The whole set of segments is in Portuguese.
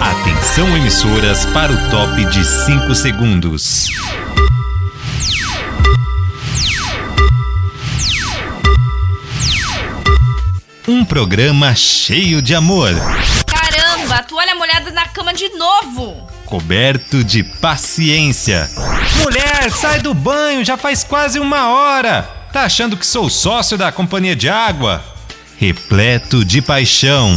Atenção emissoras para o top de 5 segundos. Um programa cheio de amor, Caramba, a toalha molhada na cama de novo. coberto de paciência. Mulher, sai do banho, já faz quase uma hora. Tá achando que sou sócio da companhia de água? Repleto de paixão.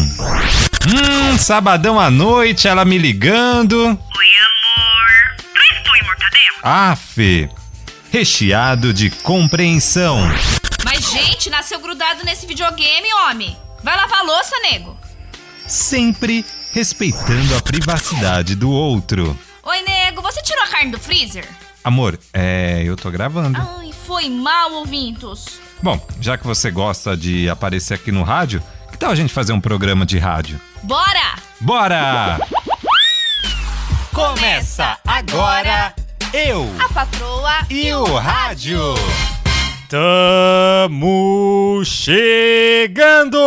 Hum, sabadão à noite, ela me ligando. Oi, amor. Traz pão e mortadela? Aff, Ah, recheado de compreensão. Mas, gente, nasceu grudado nesse videogame, homem. Vai lavar a louça, nego. Sempre respeitando a privacidade do outro. Oi, nego, você tirou a carne do freezer? Amor, é. Eu tô gravando. Ai, foi mal, ouvintos. Bom, já que você gosta de aparecer aqui no rádio, que tal a gente fazer um programa de rádio? Bora! Bora! Começa agora eu a patroa e o rádio. Tamo chegando!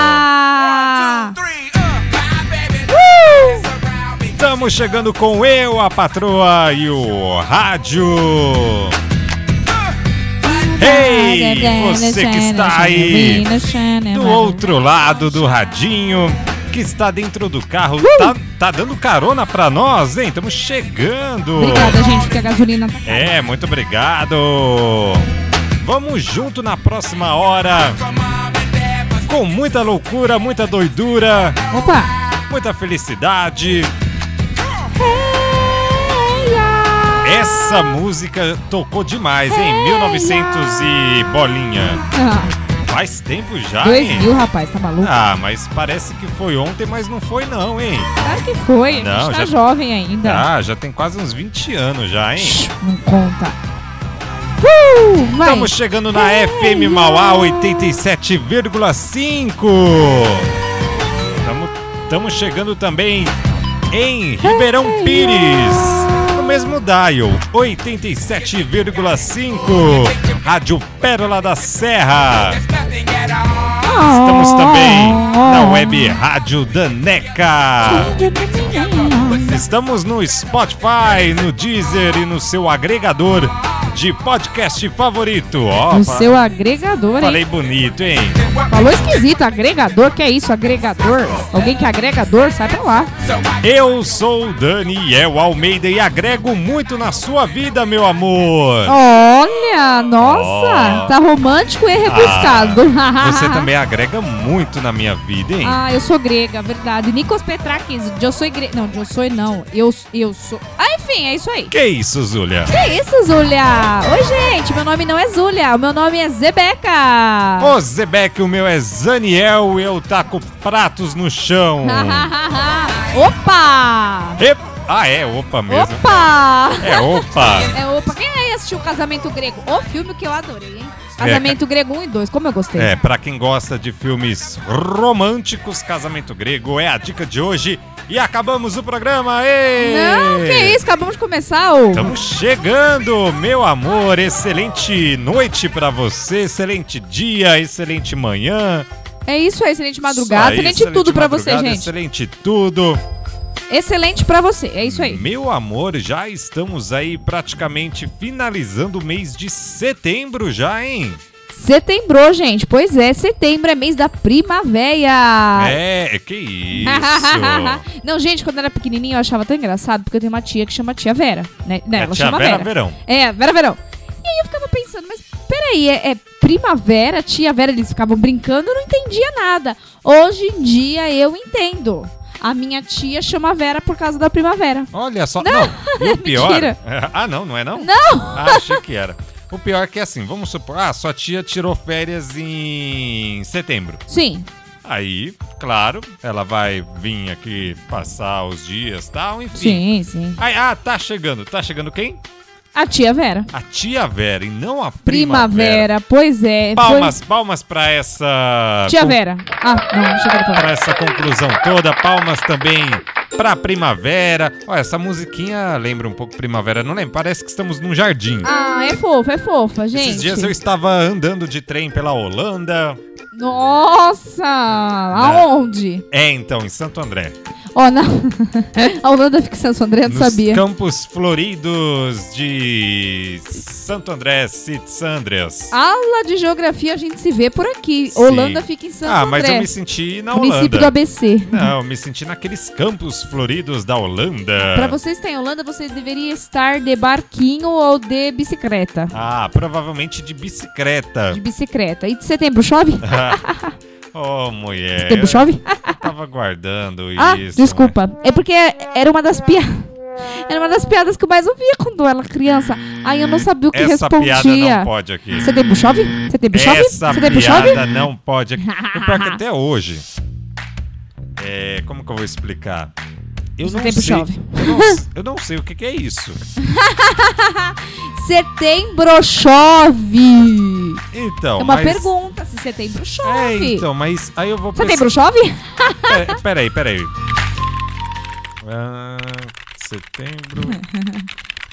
Oba! Estamos chegando com eu, a patroa e o rádio. Ei, você que está aí do outro lado do radinho, que está dentro do carro, Uh! tá, tá dando carona pra nós, hein? Estamos chegando. Obrigada, gente, porque a gasolina tá cara. É, muito obrigado. Vamos junto na próxima hora. Com muita loucura, muita doidura, Opa! muita felicidade. É. Essa música tocou demais, hein? 1900 e bolinha. Ah, Faz tempo já, dois mil, hein? rapaz, tá maluco? Ah, mas parece que foi ontem, mas não foi não, hein? Claro que foi, a Não, gente tá já- jovem ainda. Ah, já tem quase uns 20 anos já, hein? Não conta. Uh, vai. Estamos chegando na FM Mauá 87,5. Estamos chegando também em Ribeirão Pires, no mesmo dial 87,5. Rádio Pérola da Serra. Estamos também na web Rádio Daneca. Estamos no Spotify, no Deezer e no seu agregador de podcast favorito. Ó, O fa- seu agregador, hein? Falei bonito, hein? Falou esquisito, agregador, que é isso, agregador? Alguém que é agregador, sai pra lá. Eu sou o Daniel Almeida e agrego muito na sua vida, meu amor. Olha, nossa, Ó. Ah, tá romântico e rebuscado. Você também agrega muito na minha vida, hein? Ah, eu sou grega, verdade. Nikos Petrakis, eu sou grega. Não, eu sou não. Eu, eu sou. Ah, enfim, é isso aí. Que isso, Zulia? Que isso, Zulia? Oi, gente, meu nome não é Zulia, o meu nome é Zebeca. Ô, Zebeck, o meu é Zaniel e eu taco pratos no chão. opa! E- Ah, é, opa mesmo. Opa! É, opa. É, opa, quem aí assistiu o Casamento Grego? O filme que eu adorei, hein? Casamento Grego 1 e 2, como eu gostei. É, pra quem gosta de filmes românticos, Casamento Grego é a dica de hoje. E acabamos o programa, ei! Não, É. que isso, acabamos de começar o... Estamos chegando, meu amor. Excelente noite pra você, excelente dia, excelente manhã. É isso aí, excelente madrugada, Isso aí, excelente, tudo pra você, madrugada, gente. Excelente tudo. Excelente pra você, é isso aí. Meu amor, já estamos aí praticamente finalizando o mês de setembro já, hein? Setembro, gente. Pois é, setembro é mês da primavera. É, que isso. Não, gente, quando eu era pequenininha eu achava tão engraçado, porque eu tenho uma tia que chama tia Vera, né? Não, É, ela tia chama Vera Vera. Verão. É, Vera Verão. E aí eu ficava pensando, mas peraí, é, é primavera, tia Vera, eles ficavam brincando, eu não entendia nada. Hoje em dia eu entendo. A minha tia chama Vera por causa da primavera. Olha só, não, e o pior. Mentira. Ah, não, não é não? Não! Ah, achei que era. O pior é que é assim, vamos supor, ah, sua tia tirou férias em setembro. Sim. Aí, claro, ela vai vir aqui passar os dias tal, enfim. Sim, sim. Aí, ah, tá chegando. Tá chegando quem? A tia Vera. A tia Vera e não a primavera. Primavera, pois é. Palmas, palmas pra essa. Pois... Tia con- Vera. Ah, não, chega de falar. Pra essa conclusão toda. Palmas também pra primavera. Ó, essa musiquinha lembra um pouco primavera, não lembro. Parece que estamos num jardim. Ah, é fofa, é fofa, gente. Esses dias eu estava andando de trem pela Holanda. Nossa! Aonde? É, então, em Santo André. Ó, na... a Holanda fica em Santo André, eu não nos sabia. campos floridos de Santo André, Sitsandrias. Aula de geografia a gente se vê por aqui. Sim. Holanda fica em Santo Ah, André. mas eu me senti na Município do Holanda. ABC. Não, eu me senti naqueles campos floridos da Holanda. Pra vocês que estão em Holanda, você deveria estar de barquinho ou de bicicleta. Ah, provavelmente de bicicleta. De bicicleta. E de setembro chove? oh, mulher. Setembro chove? Eu tava guardando Ah, isso. desculpa. É porque era uma das piadas. Era uma das piadas que eu mais ouvia quando era criança. Aí eu não sabia o que né? Essa piada respondia. não pode aqui. Setembro chove? Setembro chove? Essa Setembro chove? piada não pode aqui. O pior que até hoje. É, como que eu vou explicar? Eu não, Setembro sei, chove. eu não s- eu não sei o que, que é isso. Setembro chove. Então, é uma mas- pergunta se setembro É, chove. então, mas aí eu vou setembro chove? Pera- Peraí, peraí. Ah, setembro.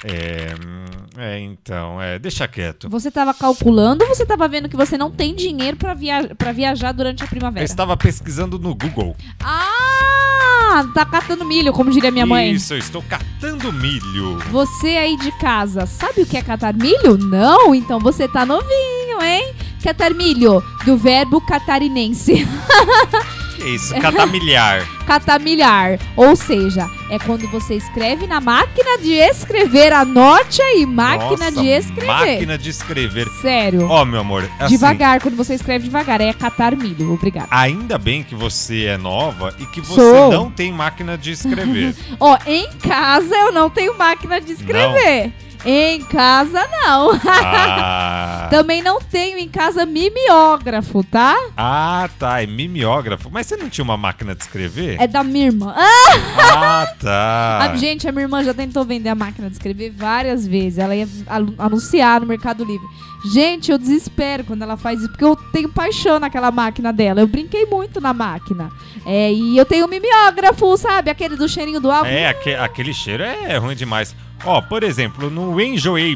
É, hum, é, então, é, deixa quieto. Você tava calculando ou você tava vendo que você não tem dinheiro pra, via pra viajar durante a Eu primavera? estava pesquisando no Google. Ah! Tá catando milho, como diria minha mãe. Isso, eu estou catando milho. Você aí de casa, sabe o que é catar milho? Não? Então você tá novinho, hein? Catar milho, do verbo catarinense. Que é isso, catamilhar. Catamilhar, ou seja, é quando você escreve na máquina de escrever. Anote aí, máquina Nossa, de escrever. Máquina de escrever. Sério. Ó, meu amor, assim, devagar, quando você escreve devagar, é catar milho. Obrigada. ainda bem que você é nova e que você Sou. não tem máquina de escrever. Ó, em casa eu não tenho máquina de escrever. Em casa não. ah, Também não tenho em casa mimeógrafo, tá? ah, tá, é mimeógrafo. Mas você não tinha uma máquina de escrever? É da minha irmã. Ah, tá. A- gente, a minha irmã já tentou vender a máquina de escrever várias vezes. Ela ia alu- anunciar no Mercado Livre. Gente, eu desespero quando ela faz isso, porque eu tenho paixão naquela máquina dela. Eu brinquei muito na máquina. É, e eu tenho um mimeógrafo, sabe? Aquele do cheirinho do álcool. É, aque- aquele cheiro é ruim demais. Ó, por exemplo, no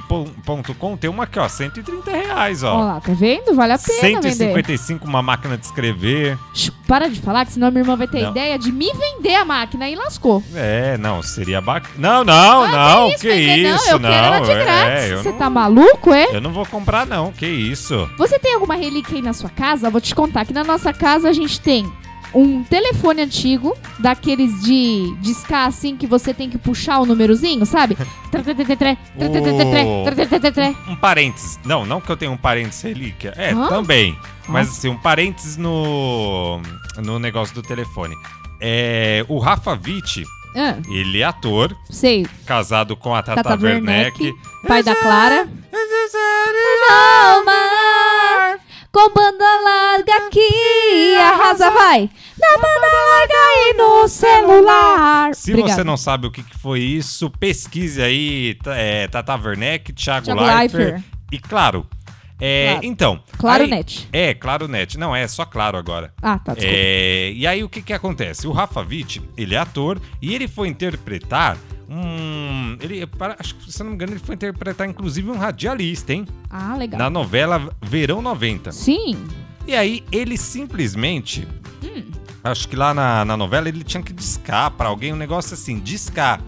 enjoei.com tem uma aqui, ó, 130 reais, Olha ó. lá, tá vendo? Vale a pena vender. 155, uma máquina de escrever. Shh, para de falar, que senão a minha irmã vai ter Não. ideia de me vender a máquina e lascou. É, não, seria bacana. Não, Ah, não, não, que vender? isso, não. Eu quero ela de é, grátis. eu Você não- tá maluco, é? Eu não vou comprar, não, que isso. Você tem alguma relíquia aí na sua casa? Vou te contar que na nossa casa a gente tem um telefone antigo, daqueles de discar assim que você tem que puxar o númerozinho, sabe? Tré, tré, tré, tré, tré, tré, tré, tré, tré, tré, tré, tré, tré, tré. Um parênteses. Não, não que eu tenha um parênteses relíquia. É, Hã? também. Mas assim, um parênteses no, no negócio do telefone. É, o Rafa Witt, Ah, ele é ator, sei, casado com a Tata, Tata Werneck. é Werneck, pai da Clara. Toma, com banda larga aqui, arrasa vai. Na banda larga aí no celular. Se Obrigada. você não sabe o que, que foi isso, pesquise aí tá- é, Tata Werneck, Thiago, Thiago Leifert. Leifert. E claro, é, Claro. então... Claro, aí- Net. É, claro net. Não, é só claro agora. Ah, tá, desculpa. É, e aí o que que acontece? O Rafa Witt, ele é ator e ele foi interpretar um... Ele, para- acho que, se eu não me engano, ele foi interpretar inclusive um radialista, hein? Ah, legal. Na novela Verão 90. Sim. E aí ele simplesmente. Hum. Acho que lá na, na novela ele tinha que discar pra alguém, um negócio assim, discar.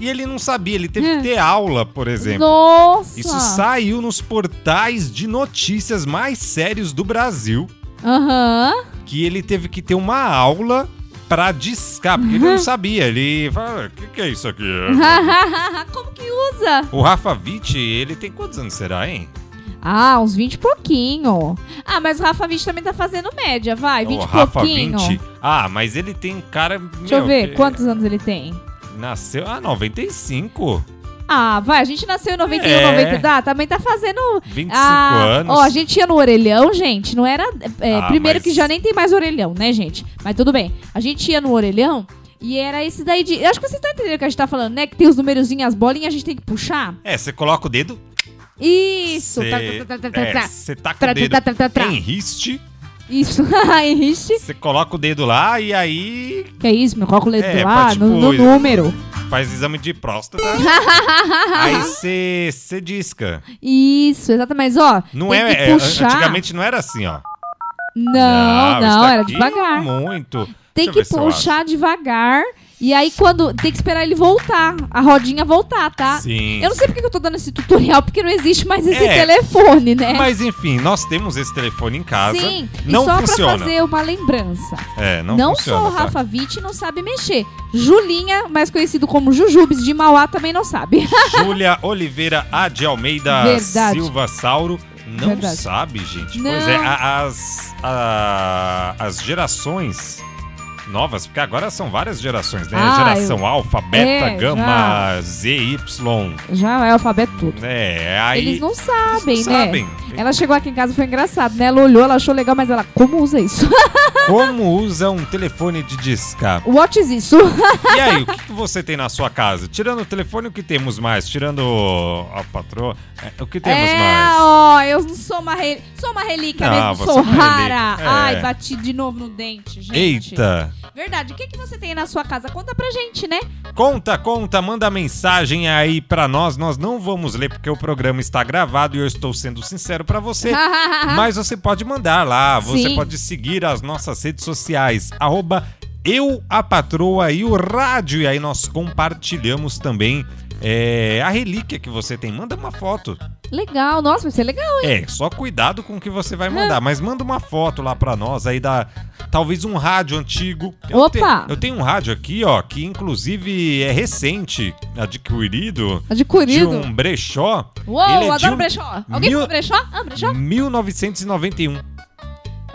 E ele não sabia, ele teve que ter aula, por exemplo. Hum. Nossa. Isso saiu nos portais de notícias mais sérios do Brasil, Aham. que ele teve que ter uma aula pra discar, porque ele Uhum. não sabia. Ele fala, o que, que é isso aqui? Como que usa? o Rafa Witt, ele tem quantos anos será, hein? Ah, uns 20 e pouquinho. Ah, mas o Rafa Vitti também tá fazendo média, vai. 20 o e Rafa pouquinho. Witt. Ah, mas ele tem cara. Deixa eu ver, quantos anos ele tem? Nasceu. Ah, 95. Ah, vai, a gente nasceu em 91, É. 90. Dá, também tá fazendo. 25 ah, anos. Ó, a gente ia no orelhão, gente. Não era. é, Ah, primeiro mas- que já nem tem mais orelhão, né, gente? Mas tudo bem. A gente ia no orelhão e era esse daí de. Eu acho que vocês estão entendendo o que a gente tá falando, né? Que tem os numerozinhos, as bolinhas, a gente tem que puxar. É, você coloca o dedo. Isso. Você Tá, tá, tá, tá, tá, é, tá. você taca Tra, o dedo tra, tra, tra, tra. em riste. Isso, enriste. Você coloca o dedo lá e aí Que é isso, meu? Coloca o letra É, lá pra, tipo, no, no isso. número. faz exame de próstata. aí você você disca. Isso, exatamente. Mas, ó, Não tem é, que é, puxar. Antigamente não era assim, ó. Não, não, isso era daqui devagar. Muito. Tem Deixa eu ver que se eu puxar devagar. E aí, quando. Tem que esperar ele voltar. A rodinha voltar, tá? Sim. Eu não sei porque que eu tô dando esse tutorial, porque não existe mais esse É. telefone, né? Mas enfim, nós temos esse telefone em casa. Sim, não e só funciona. pra fazer uma lembrança. É, não, Não, funciona. só o tá? Rafa Witt não sabe mexer. Julinha, mais conhecido como Jujubes de Mauá, também não sabe. Júlia Oliveira A. de Almeida Verdade. Silva Sauro. Não Verdade. sabe, gente. Não. Pois é, a- as, a- as gerações novas, porque agora são várias gerações, né? Ah, Geração alfa, beta, É, gama, ZY. Já é alfabeto tudo. É, aí. Eles não eles sabem, não né? sabem. Ela chegou aqui em casa, foi engraçado, né? Ela olhou, ela achou legal, mas ela, como usa isso? Como usa um telefone de disca? What is isso? E aí, o que, que você tem na sua casa? Tirando o telefone, o que temos mais? Tirando a patroa, é, o que temos é, mais? ó, eu não sou uma relíquia. Sou uma relíquia Não, mesmo, você sou é uma rara. relíquia, é. Ai, bati de novo no dente, gente. Eita! Verdade, o que, que você tem aí na sua casa? Conta pra gente, né? Conta, conta, manda mensagem aí pra nós. Nós não vamos ler porque o programa está gravado e eu estou sendo sincero pra você. Mas você pode mandar lá, você Sim. pode seguir as nossas redes sociais, arroba eu, a patroa e o rádio. E aí nós compartilhamos também é, a relíquia que você tem. Manda uma foto. legal, nossa, vai ser legal. É, só cuidado com o que você vai mandar, mas manda uma foto lá pra nós aí da talvez um rádio antigo. Opa! te- eu tenho um rádio aqui, ó, que inclusive é recente, adquirido de Adquirido. um brechó, Uou, Ele é de adoro um- brechó. Alguém mil- falou brechó? Ah, brechó? 1991.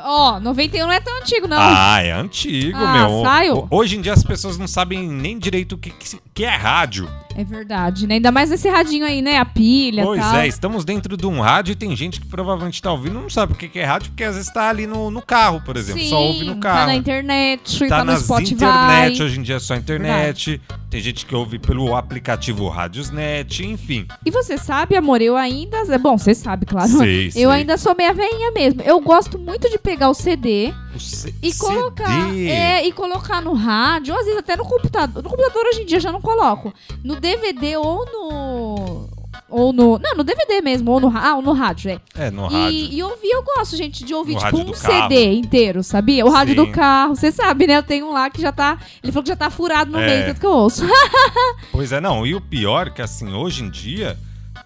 Ó, 91 não é tão antigo, não. Ah, é antigo, Ah, meu. saiu. Ho- Hoje em dia as pessoas não sabem nem direito o que, que se- que é rádio. É verdade, né? Ainda mais esse radinho aí, né? A pilha e pois tal. é, estamos dentro de um rádio e tem gente que provavelmente tá ouvindo e não sabe o que que é rádio, porque às vezes tá ali no, no carro, por exemplo. Sim, só ouve no carro. tá na internet, tá, tá, no nas Spotify. internet, hoje em dia é só internet. Tem gente que ouve pelo aplicativo Radiosnet, enfim. E você sabe, amor, eu ainda... é Bom, você sabe, claro. né? Sei, sei. Eu ainda sou meia veinha mesmo. Eu gosto muito de pegar o CD O C- e colocar. CD. É, e colocar no rádio, ou às vezes até no computador. No computador hoje em dia eu já não coloco. No DVD ou no. Ou no. Não, no DVD mesmo, ou no, ra- ah, ou no rádio, é. É, no rádio. E, e ouvir, eu gosto, gente, de ouvir, No tipo, rádio um do carro. CD inteiro, sabia? O rádio Sim. do carro, você sabe, né? Eu tenho um lá que já tá. Ele falou que já tá furado no É. meio, tanto que eu ouço. Pois é, não. E o pior é que, assim, hoje em dia,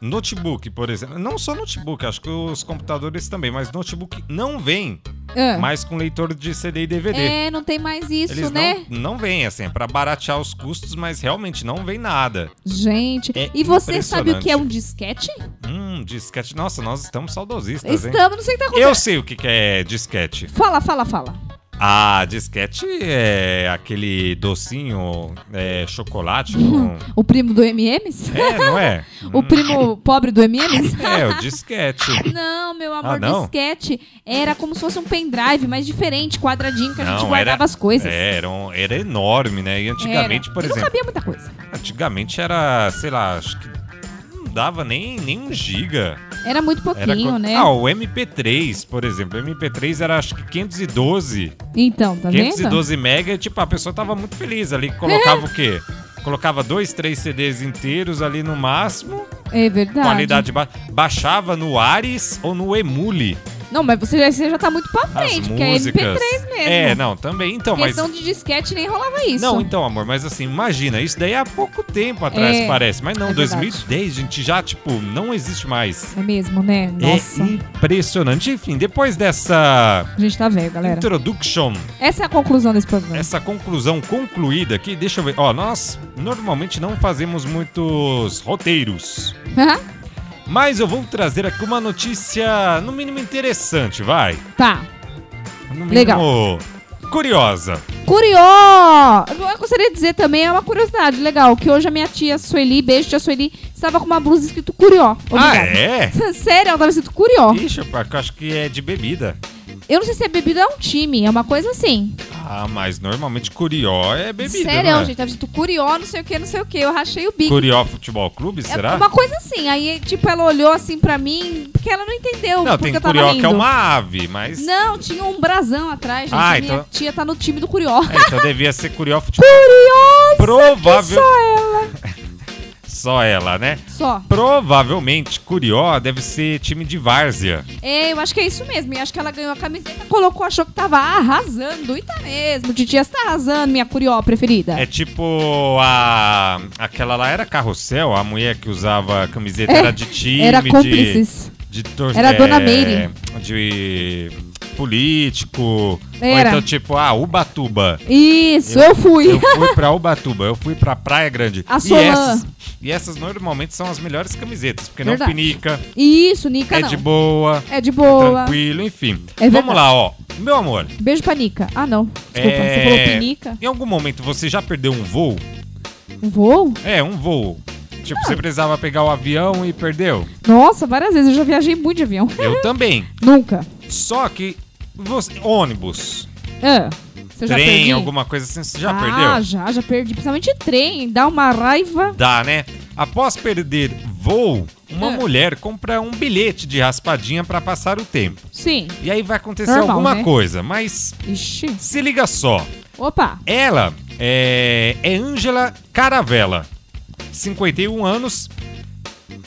notebook, por exemplo. Não só notebook, acho que os computadores também, mas notebook não vem Ah. mais com leitor de CD e DVD. É, não tem mais isso, Eles né? não, não vêm, assim, é pra baratear os custos, mas realmente não vem nada. Gente. É e você sabe o impressionante. que é um disquete? Hum, disquete. Nossa, nós estamos saudosistas, hein? Estamos, não sei o que tá acontecendo. Eu sei o que que é disquete. Fala, fala, fala. Ah, disquete é aquele docinho é, chocolate com... O primo do MMs? É, não é? O primo pobre do MMs? É, o disquete. Não, meu amor, Ah, não? disquete era como se fosse um pendrive, mas diferente, quadradinho, que a gente Não, guardava era- as coisas. É, era, um- era enorme, né? E antigamente, Era. por Que exemplo, Não cabia muita coisa. antigamente era, sei lá, acho que não dava nem, nem um giga. Era muito Era pouquinho, co- né? Ah, o MP3, por exemplo. O MP3 era acho que 512. Então, tá vendo? 512 mega e tipo, a pessoa tava muito feliz ali. Colocava o quê? Colocava dois, três CDs inteiros ali no máximo. É verdade. qualidade ba baixava no Ares ou no Emule Não, mas você já, você já tá muito pra as frente, porque é músicas. MP3 mesmo. É, não, também. Então, mas Questão de disquete nem rolava isso. não, então, amor, mas assim, imagina, isso daí há pouco tempo atrás, É, parece. Mas não, é verdade. 2010, gente, já, tipo, não existe mais. É mesmo, né? Nossa, É impressionante. Enfim, depois dessa a gente tá velho, galera. introduction, Essa é a conclusão desse programa. Então essa conclusão concluída aqui, deixa eu ver. Ó, nós normalmente não fazemos muitos roteiros. Hã? Mas eu vou trazer aqui uma notícia, no mínimo interessante, vai. tá. No mínimo, Legal. Curiosa. Curió! Eu gostaria de dizer também, é uma curiosidade legal, que hoje a minha tia Sueli, beijo tia Sueli, estava com uma blusa escrito Ah, Curió. Obrigada. é? Sério, ela tava escrito Curió. Ixi, Paco, acho que é de bebida. Eu não sei se é bebida é um time, é uma coisa assim. Ah, mas normalmente Curió é bebida, Sério, né? gente, tava escrito Curió, não sei o que, não sei o que. Eu rachei o bico. Curió Futebol Clube, É será? Uma coisa assim. Aí, tipo, ela olhou assim pra mim, porque ela não entendeu Não, porque tem eu tava Curió que é rindo. uma ave, mas... Não, tinha um brasão atrás, gente. Ah, A Minha então- tia tá no time do Curió. É, então devia ser Curió Futebol Curiosa! Provável. é Só ela. Só ela, né? Só. Provavelmente Curió deve ser time de várzea. É, eu acho que é isso mesmo. E acho que ela ganhou a camiseta, colocou, achou que tava arrasando. E tá mesmo. Titia está arrasando, minha Curió preferida. É tipo a. Aquela lá era carrossel, a mulher que usava a camiseta É, era de time. Era de- cúmplices. De, tor- Era a Dona é, Meire. De político. Era. Ou então, tipo, ah, Ubatuba. Isso, eu fui. Eu fui pra Ubatuba, eu fui pra Praia Grande. A e, Solan. essas, e essas normalmente são as melhores camisetas, porque Verdade. não pinica, Isso, Nica é não. de boa, É de é boa. tranquilo, enfim. É Vamos verdade. lá, ó. Meu amor, Beijo pra Nica. Ah, não. Desculpa, É. você falou pinica. em algum momento você já perdeu um voo? Um voo? É, um voo. Tipo, Ah. você precisava pegar o avião e perdeu? Nossa, várias vezes. Eu já viajei muito de avião. Eu também. Nunca. Só que você- ônibus, Ah, você já trem, perdi? alguma coisa assim, você já ah, perdeu? já, já perdi. Principalmente trem. Dá uma raiva. Dá, né? Após perder voo, uma Ah. mulher compra um bilhete de raspadinha pra passar o tempo. Sim. E aí vai acontecer Normal, alguma né? coisa, mas Ixi. se liga só. Opa. Ela é é Ângela Caravela, 51 anos.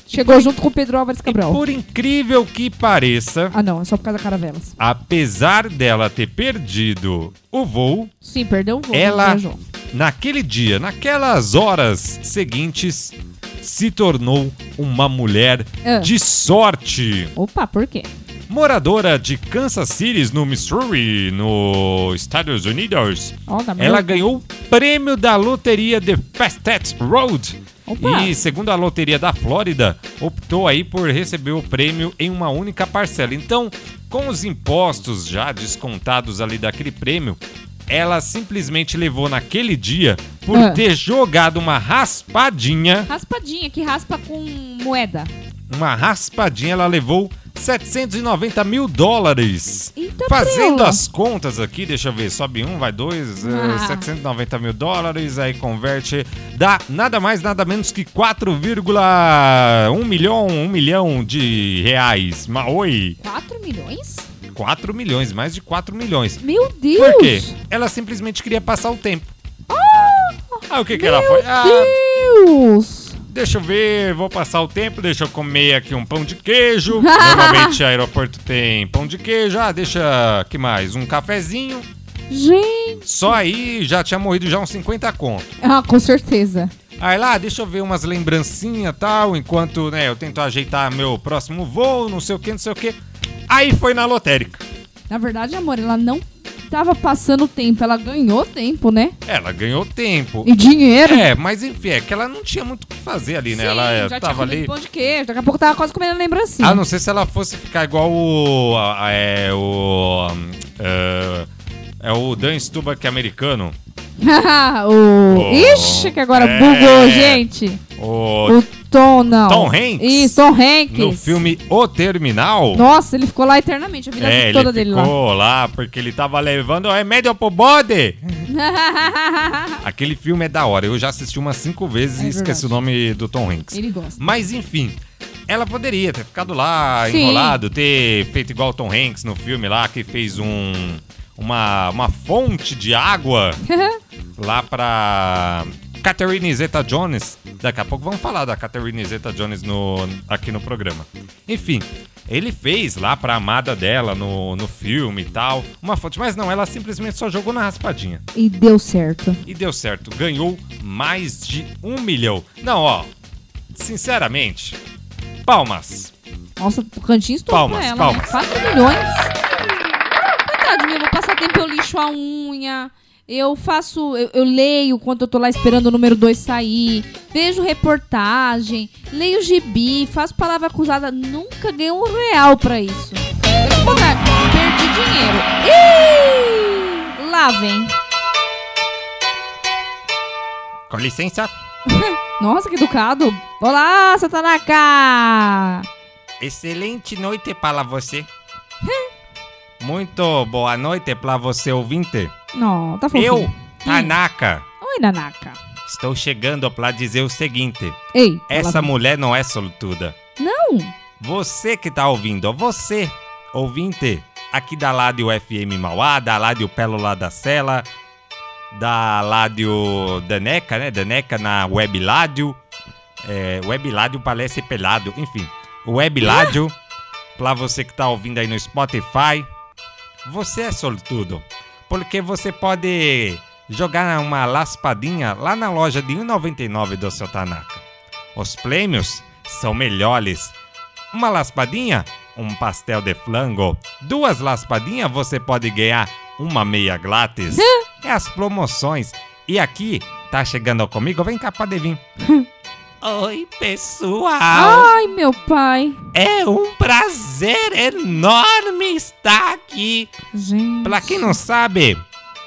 Chegou junto com o Pedro Álvares Cabral. Por incrível que pareça, Ah, não. É só por causa da Caravelas. apesar dela ter perdido o voo, Sim, perdeu o voo. Ela- não viajou. naquele dia, naquelas horas seguintes, se tornou uma mulher Ah. de sorte. Opa, por quê? Moradora de Kansas City, no Missouri, nos Estados Unidos, Ó, da ela merda. ganhou o prêmio da loteria The Fastest Road. Opa. E, segundo a loteria da Flórida, optou aí por receber o prêmio em uma única parcela. Então, com os impostos já descontados ali daquele prêmio, ela simplesmente levou naquele dia por Ah. ter jogado uma raspadinha. Raspadinha, que raspa com moeda. Uma raspadinha, ela levou 790 mil dólares. Eita, Fazendo assim. preula. as contas aqui, deixa eu ver, sobe um, vai dois, eh, Ah. 790 mil dólares, aí converte, dá nada mais, nada menos que 4,1 milhão, 1 milhão de reais. Mas oi, 4 milhões? 4 milhões, mais de 4 milhões. Meu Deus! Por quê? Ela simplesmente queria passar o tempo. Ah, o que que ela foi? Ah, Deus! Deixa eu ver, vou passar o tempo, deixa eu comer aqui um pão de queijo. Normalmente aeroporto tem pão de queijo. Ah, deixa, que mais? Um cafezinho. Gente! Só aí já tinha morrido já uns 50 conto. Ah, com certeza. Aí lá, deixa eu ver umas lembrancinhas e tal, enquanto, né, eu tento ajeitar meu próximo voo, não sei o que, não sei o que. Aí foi na lotérica. Na verdade, amor, ela não tava passando tempo, ela ganhou tempo, né? Ela ganhou tempo. E dinheiro. É, mas enfim, é que ela não tinha muito o que fazer ali, né? ela é, já tinha tava comido um ali. pão de queijo, daqui a pouco tava quase comendo lembrancinha. A não ser se ela fosse ficar igual o. a- a- é o. hum, é, é o Dan Stubach americano. o... Oh. Ixi, que agora É. bugou, gente. O, O Tom, não. Tom Hanks? Isso, Tom Hanks. no filme O Terminal. Nossa, ele ficou lá eternamente, a vida É, ele ficou toda dele lá. porque ele tava levando remédio pro bode. lá. Aquele filme é da hora. Eu já assisti umas cinco vezes É e esqueci verdade. o nome do Tom Hanks. ele gosta. Mas enfim, ela poderia ter ficado lá, Sim. enrolado, ter feito igual o Tom Hanks no filme lá, que fez um. Uma, uma fonte de água lá pra Catherine Zeta Jones. Daqui a pouco vamos falar da Catherine Zeta Jones no, aqui no programa. Enfim, ele fez lá pra amada dela no, no filme e tal, uma fonte, mas não, ela simplesmente só jogou na raspadinha. e deu certo. E deu certo, ganhou mais de um milhão. Não, ó, sinceramente, palmas. Nossa, o cantinho estourou Palmas, pra ela, palmas. né? 4 milhões. Ah, Coitado, eu vou passar tempo, eu lixo a unha, eu faço, eu, eu leio quando eu tô lá esperando o número 2 sair, vejo reportagem, leio gibi, faço palavra cruzada, nunca ganhei um real pra isso. Pelo contrário, perdi dinheiro. Ih, lá vem. Com licença, Nossa, que educado. Olá, Satanaka! excelente noite para você. Muito boa noite pra você, ouvinte. Não, tá fofinho. Eu, Tanaka, Oi, Nanaka. estou chegando pra dizer o seguinte. Ei. Essa ela- mulher não é soltuda. Não. Você que tá ouvindo, ó, você, ouvinte, aqui da Ládio FM Mauá, da Ládio Pérola da Sela, da Ládio Daneca, né? Daneca na Web Ládio. É, Web Ládio parece pelado, enfim. Web Ládio, pra você que tá ouvindo aí no Spotify, você é sortudo, porque você pode jogar uma laspadinha lá na loja de 1,99 do seu Tanaka. Os prêmios são melhores. Uma laspadinha, um pastel de flango. Duas laspadinhas, você pode ganhar uma meia grátis. é as promoções. E aqui, tá chegando comigo? Vem cá, pode vir. Oi, pessoal! Ai, meu pai. É um prazer enorme estar aqui. Gente. Pra quem não sabe,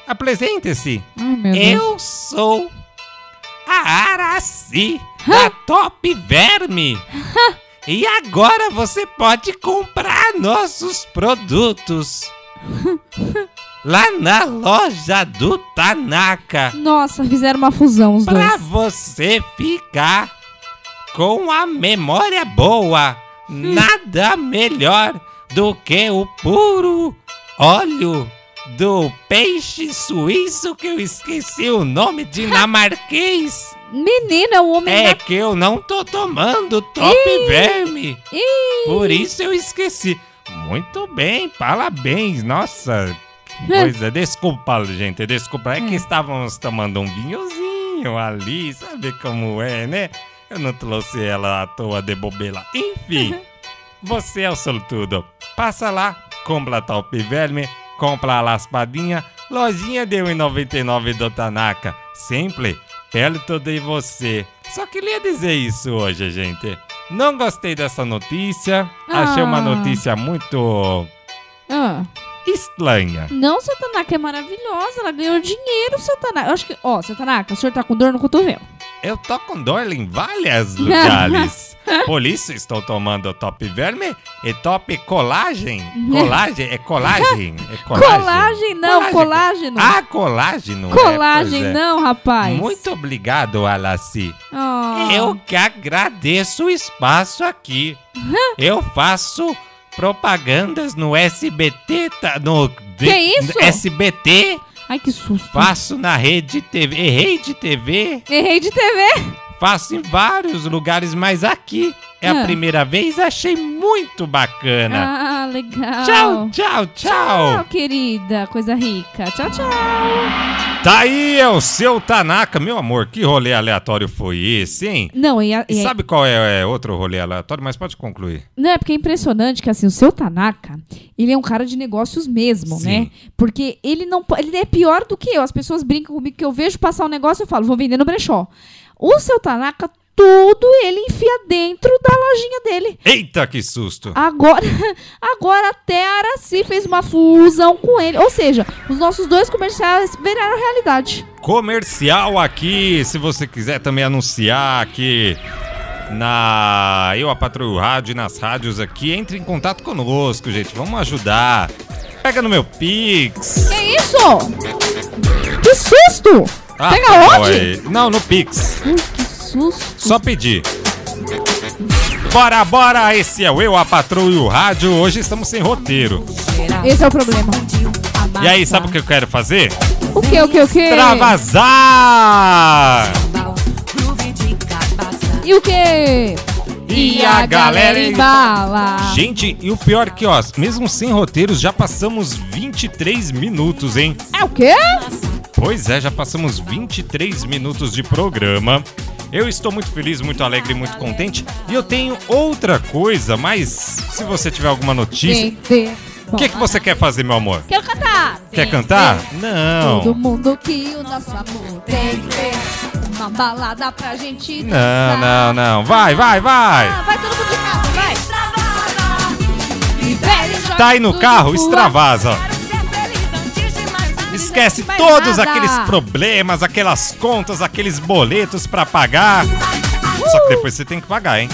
apresente-se. Ai, meu Deus. Eu sou a Araci da Top Verme. e agora você pode comprar nossos produtos lá na loja do Tanaka Nossa, fizeram uma fusão os para dois. você ficar com a memória boa. Hum. Nada melhor do que o puro óleo do peixe suíço que eu esqueci o nome dinamarquês. Menina, o homem É da... que eu não tô tomando top verme. Por isso eu esqueci. Muito bem, parabéns. Nossa, que É. coisa. Desculpa, gente, desculpa. É que É. estávamos tomando um vinhozinho ali, sabe como é, né? Eu não trouxe ela à toa de bobeira. Enfim, você é o sortudo. Passa lá, compra top verme, compra a laspadinha, lojinha de 1,99 do Tanaka. Sempre perto de você. Só queria dizer isso hoje, gente. Não gostei dessa notícia. Achei uma Ah. notícia muito Ah, estranha. não, seu Tanaka é maravilhosa. Ela ganhou dinheiro, seu Tanaka. Eu acho que... Ó, seu Tanaka, o senhor tá com dor no cotovelo. Eu tô com dor em vários lugares. Por isso estou tomando top verme e top colagem. Colagem, é colagem. É colagem. Colagem, não. Colágeno. Ah, colágeno. é, Colagem, pois é. não, rapaz. Muito obrigado, Alaci. Ah. Eu que agradeço o espaço aqui. Eu faço propagandas no SBT, tá, no de- Que isso? SBT, Ai, que susto. faço na rede TV, eh, rede TV, Errei de TV. faço em vários lugares, mas aqui é a Ah. primeira vez, achei muito bacana. Ah, legal. Tchau, tchau, tchau. Tchau, querida. Coisa rica. Tchau, tchau. Tá aí, é o seu Tanaka, meu amor, que rolê aleatório foi esse, hein? Não, e, a- E e a- sabe qual é, é outro rolê aleatório? Mas pode concluir. Não, é porque é impressionante que assim, o seu Tanaka, ele é um cara de negócios mesmo, Sim. né? Porque ele não po- ele é pior do que eu. As pessoas brincam comigo que eu vejo passar um negócio e eu falo, vou vender no brechó. O seu Tanaka, tudo ele enfia dentro da lojinha dele. Eita, que susto! Agora, agora até a Araci fez uma fusão com ele. Ou seja, os nossos dois comerciais viraram realidade. comercial aqui. Se você quiser também anunciar aqui na Eu a Patrulho Rádio e nas rádios aqui, entre em contato conosco, gente. Vamos ajudar. Pega no meu Pix. Que isso? Que susto! Ah, Pega não, onde? é- Não, no Pix. Ui, que susto. Só pedir. Bora, bora! Esse é o Eu, a Patrulho Rádio. Hoje estamos sem roteiro. Esse é o problema. E aí, sabe o que eu quero fazer? O que, o que, o que? Travasar! E o que? E a galera em embala. Gente, e o pior que, ó, mesmo sem roteiros, já passamos 23 minutos, hein? É o quê? Pois é, já passamos 23 minutos de programa. Eu estou muito feliz, muito alegre, muito contente. E eu tenho outra coisa, mas se você tiver alguma notícia. Gente. O que, que você quer fazer, meu amor? Quero cantar. Quer cantar? Todo Não. mundo que o nosso amor tem que ter uma balada pra gente Não, não, dançar. não. Vai, vai, vai. Ah, vai todo mundo de casa, vai. Libere, joga Tá aí no tudo carro, pro ar. extravasa. Esquece Mais todos nada. aqueles problemas, aquelas contas, aqueles boletos pra pagar. só que depois você tem que pagar, hein?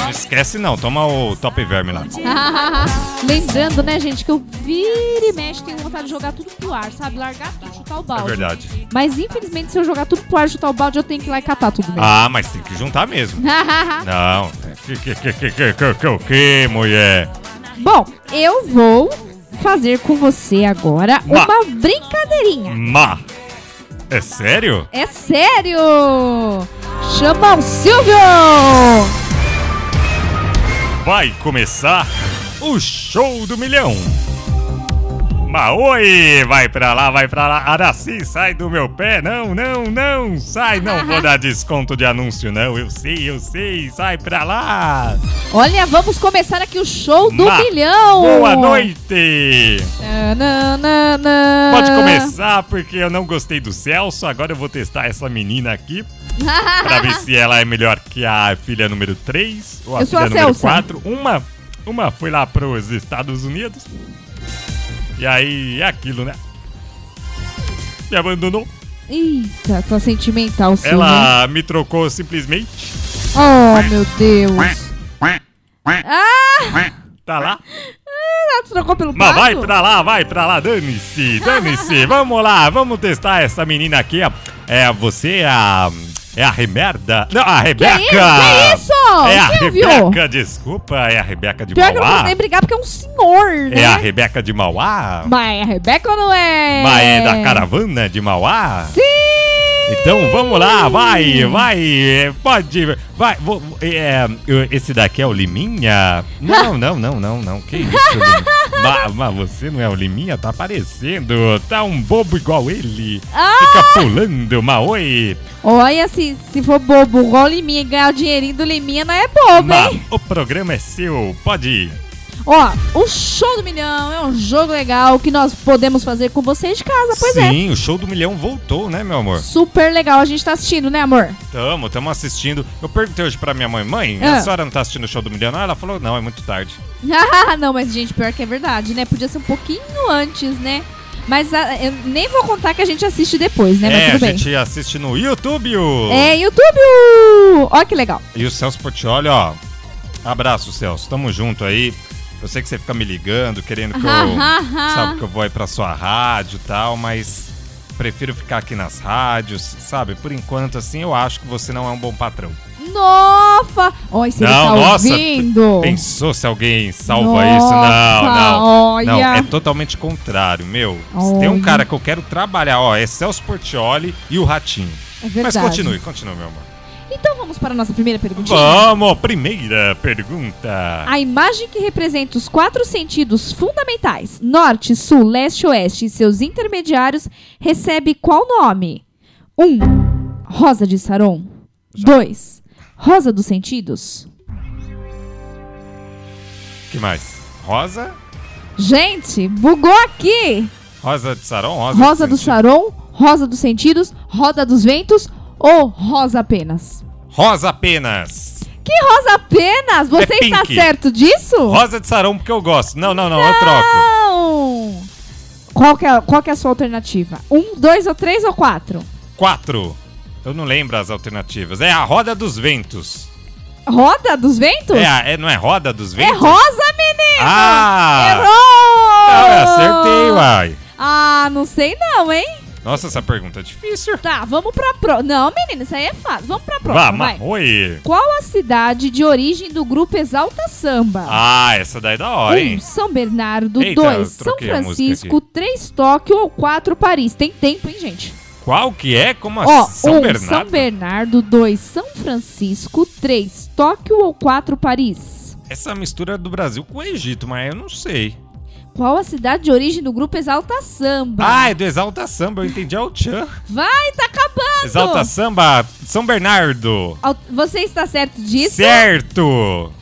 Não esquece não, toma o top verme lá. Lembrando, né, gente, que eu vira e mexe, tenho vontade de jogar tudo pro ar, sabe? Largar tudo, chutar o É balde. verdade. Mas infelizmente, se eu jogar tudo pro ar, chutar o balde, eu tenho que ir lá e catar tudo mesmo. Ah, mas tem que juntar mesmo. Não. Que, que, que, que, que, que, que, que, mulher? Bom, eu vou fazer com você agora Vá. uma brincadeirinha. Ma. É sério? É sério! Chama o Silvio! Vai começar o show do milhão. Maoi, vai pra lá, vai pra lá. Araci, sai do meu pé. Não, não, não, sai. Não vou dar desconto de anúncio, não. Eu sei, eu sei. Sai pra lá. Olha, vamos começar aqui o show do Ma. milhão! Boa noite. Tananana. Pode começar, porque eu não gostei do Celso. Agora eu vou testar essa menina aqui pra ver se ela é melhor que a filha número 3 ou a Eu sou filha a número Celsa. 4. Uma, uma foi lá pros Estados Unidos. E aí é aquilo, né? Me abandonou. Eita, tá sentimental, Silvio. Ela me trocou simplesmente. Oh, meu Deus. Ah, Tá lá. Ela te trocou pelo Mas pato? vai pra lá, vai pra lá, dane-se, dane-se. vamos lá, vamos testar essa menina aqui. ó. É você, é a. É a Remerda. Não, a Que é Rebeca! isso? Que isso? É a Silvio! Rebeca, desculpa, é a Rebeca de Pior que eu não posso Mauá. nem brigar porque é um senhor, né? É a Rebeca de Mauá? Mas é a Rebeca ou não é? Mas é da caravana de Mauá? Sim! Então vamos lá, vai, vai, é, pode, vai. vou- vou- é, eu- esse daqui é o Liminha? Não, não, não, não, não, que isso, Liminha? Ma- Mas, você não é o Liminha? Tá aparecendo, tá um bobo igual ele. Ah! Fica pulando, Maoi. Olha, se, se for bobo igual o Liminha e ganhar o dinheirinho do Liminha, não é bobo, Ma, hein? o programa é seu, pode ir. Ó, o Show do Milhão é um jogo legal que nós podemos fazer com vocês de casa, pois é. Sim, o show do milhão voltou, né, meu amor? Super legal, a gente tá assistindo, né, amor? Tamo, tamo assistindo. Eu perguntei hoje pra minha mãe, mãe, Ah. a senhora não tá assistindo o show do milhão? não? Ela falou, não, é muito tarde. Ah, não, mas gente, pior que é verdade, né? Podia ser um pouquinho antes, né? Mas ah, eu nem vou contar que a gente assiste depois, né? Mas é, a tudo bem. gente assiste no YouTube. o- É, YouTube! Ó que legal. E o Celso Portioli, ó. Abraço, Celso. Tamo junto aí. Eu sei que você fica me ligando, querendo que eu. sabe que eu vou aí pra sua rádio e tal, mas prefiro ficar aqui nas rádios, sabe? Por enquanto, assim, eu acho que você não é um bom patrão. Nossa! Ó, e se ele Não, tá nossa, ouvindo? Pensou se alguém salva Nossa, isso? Não, não. Não, Olha. é totalmente contrário, meu. Se tem um Olha. cara que eu quero trabalhar, ó, é Celso Portioli e o Ratinho. É verdade. Mas continue, continue, meu amor. Então vamos para a nossa primeira perguntinha. Vamos, primeira pergunta. A imagem que representa os quatro sentidos fundamentais, norte, sul, leste, oeste e seus intermediários, recebe qual nome? 1. Um, rosa de Saron. 2. Rosa dos sentidos. O que mais? Rosa? Gente, bugou aqui! Rosa de Saron? Rosa, Rosa de do Santinho. Saron, rosa dos sentidos, roda dos ventos ou rosa apenas? Rosa apenas. Que rosa apenas? Você É está pink. certo disso? Rosa de Saron porque eu gosto. Não, não, não, Ah! eu troco. Não! Qual que, é, qual que é a sua alternativa? Um, dois ou três ou quatro? Quatro. Eu não lembro as alternativas. É a Roda dos Ventos. Roda dos ventos? É, a- é- não é Roda dos É Ventos? rosa, menino! Ah! Errou! Ah, acertei, uai. Ah, não sei não, hein? Nossa, essa pergunta é difícil. Tá, vamos pra próxima. Não, menina, isso aí é fácil. Vamos pra Vá, próxima, ma- vai. oi. Qual a cidade de origem do grupo Exalta Samba? Ah, essa daí é da hora, hein? um, São Bernardo. Eita, dois, eu São troquei a música Francisco. Três, Tóquio ou quatro, Paris. Tem tempo, hein, gente? Qual que é? Como assim? Ó, São um, Bernardo? São Bernardo. Dois, São Francisco. Três, Tóquio ou quatro, Paris. Essa mistura é do Brasil com o Egito, mas eu não sei. Qual a cidade de origem do grupo Exalta Samba? Ah, é do Exalta Samba, eu entendi. É o Tchan. Vai, tá acabando! Exalta Samba, São Bernardo. Al- Você está certo disso? Certo!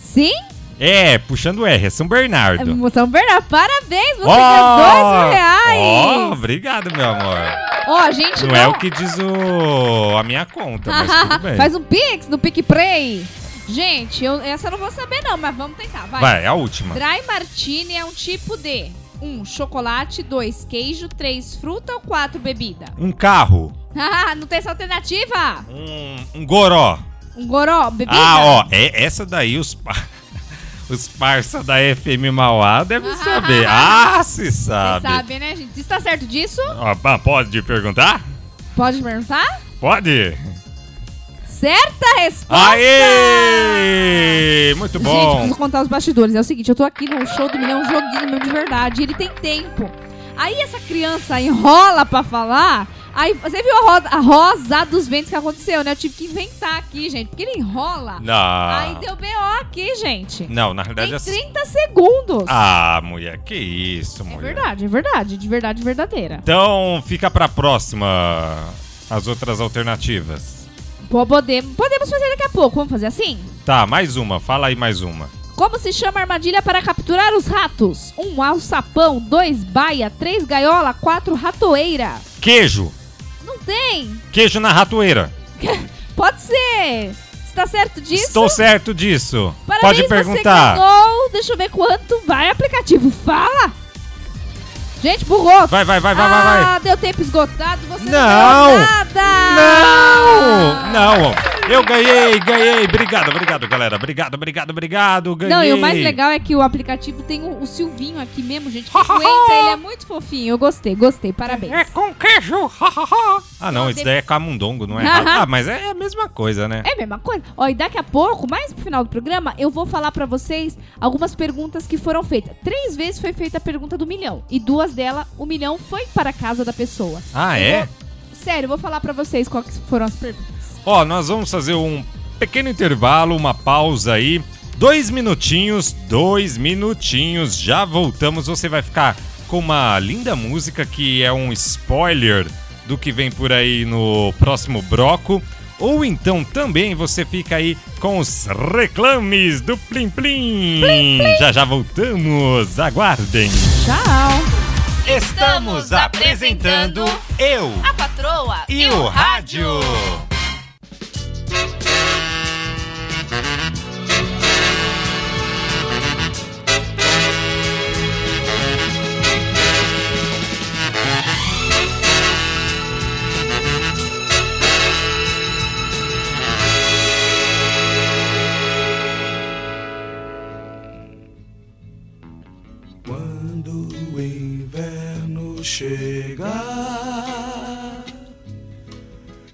Sim? É, puxando R, é São Bernardo. Moção Bernardo, parabéns! É, Você Ó! ganhou dois Ó, reais! obrigado, meu amor. Ó, gente, Não é o que diz o... a minha conta, mas tudo bem. Faz um pix no PicPay. Gente, eu, essa eu não vou saber não, mas vamos tentar, vai. Vai, a última. Dry Martini é um tipo de... 1. Um, chocolate. 2. Queijo. 3. Fruta. Ou 4. Bebida. Um carro. Ah, não tem essa alternativa? Um, um goró. Um goró, bebida. Ah, ó, é, essa daí os, pa- os parça da FM Mauá devem saber. Ah, se Você sabe. sabe, né, gente? Está certo disso? Ó, pa- pode perguntar? Pode perguntar? Pode. Certa resposta! Aê! Muito Gente, bom. preciso contar os bastidores. É o seguinte, eu tô aqui no show do milhão, um joguinho meu de verdade. E ele tem tempo. Aí essa criança enrola pra falar. Aí você viu a, ro- a rosa dos ventos que aconteceu, né? Eu tive que inventar aqui, gente. Porque ele enrola. Aí Não. deu BO aqui, gente. Ah. Não, na realidade... Tem essa- 30 segundos. Ah, mulher, que isso, é mulher. verdade, é verdade. De verdade verdadeira. Então, fica pra próxima as outras alternativas. Pô, Podemos, podemos fazer daqui a pouco. Vamos fazer assim? Tá, mais uma. Fala aí mais uma. Como se chama a armadilha para capturar os ratos? Um alçapão, dois baia, três gaiola, quatro ratoeira. Queijo. Não tem! Queijo na ratoeira. Pode ser! Está certo disso? Estou certo disso. Parabéns, Pode perguntar. Você ganhou. Deixa eu ver quanto vai aplicativo. Fala! Gente, bugou! Vai, vai, vai, vai, vai, vai. Ah, deu tempo esgotado, você não, Não. ganhou nada! Não! Não! Eu ganhei, ganhei! Obrigado, obrigado, galera. Obrigado, obrigado, obrigado. Ganhei. Não, e o mais legal é que o aplicativo tem o, o Silvinho aqui mesmo, gente. Que aguenta, ele é muito fofinho. Eu gostei, gostei. Parabéns. É com queijo! ah, não, Não, isso de- daí é camundongo, não é? Aham. ah, mas é a mesma coisa, né? É a mesma coisa. Ó, e daqui a pouco, mais pro final do programa, eu vou falar pra vocês algumas perguntas que foram feitas. Três vezes foi feita a pergunta do milhão. E duas delas, o milhão foi para a casa da pessoa. Ah, Eu é? vou- Sério, eu vou falar pra vocês quais que foram as perguntas. Ó, nós vamos fazer um pequeno intervalo, uma pausa aí. Dois minutinhos, dois minutinhos, já voltamos. Você vai ficar com uma linda música que é um spoiler do que vem por aí no próximo bloco. Ou então também você fica aí com os reclames do Plim Plim. Já já voltamos, aguardem. Tchau. Estamos apresentando Eu A patroa e o rádio. Quando o inverno chegar,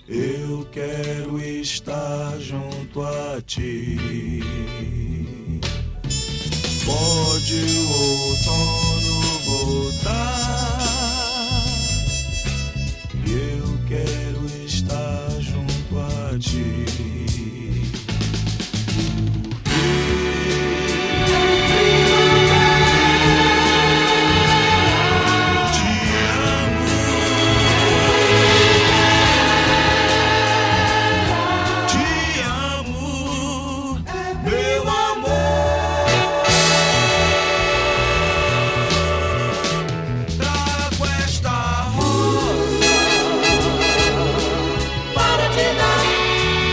eu quero estar junto a ti. Pode o outono voltar, eu quero estar junto a ti. Te amo, meu amor. Trago esta rosa para te dar.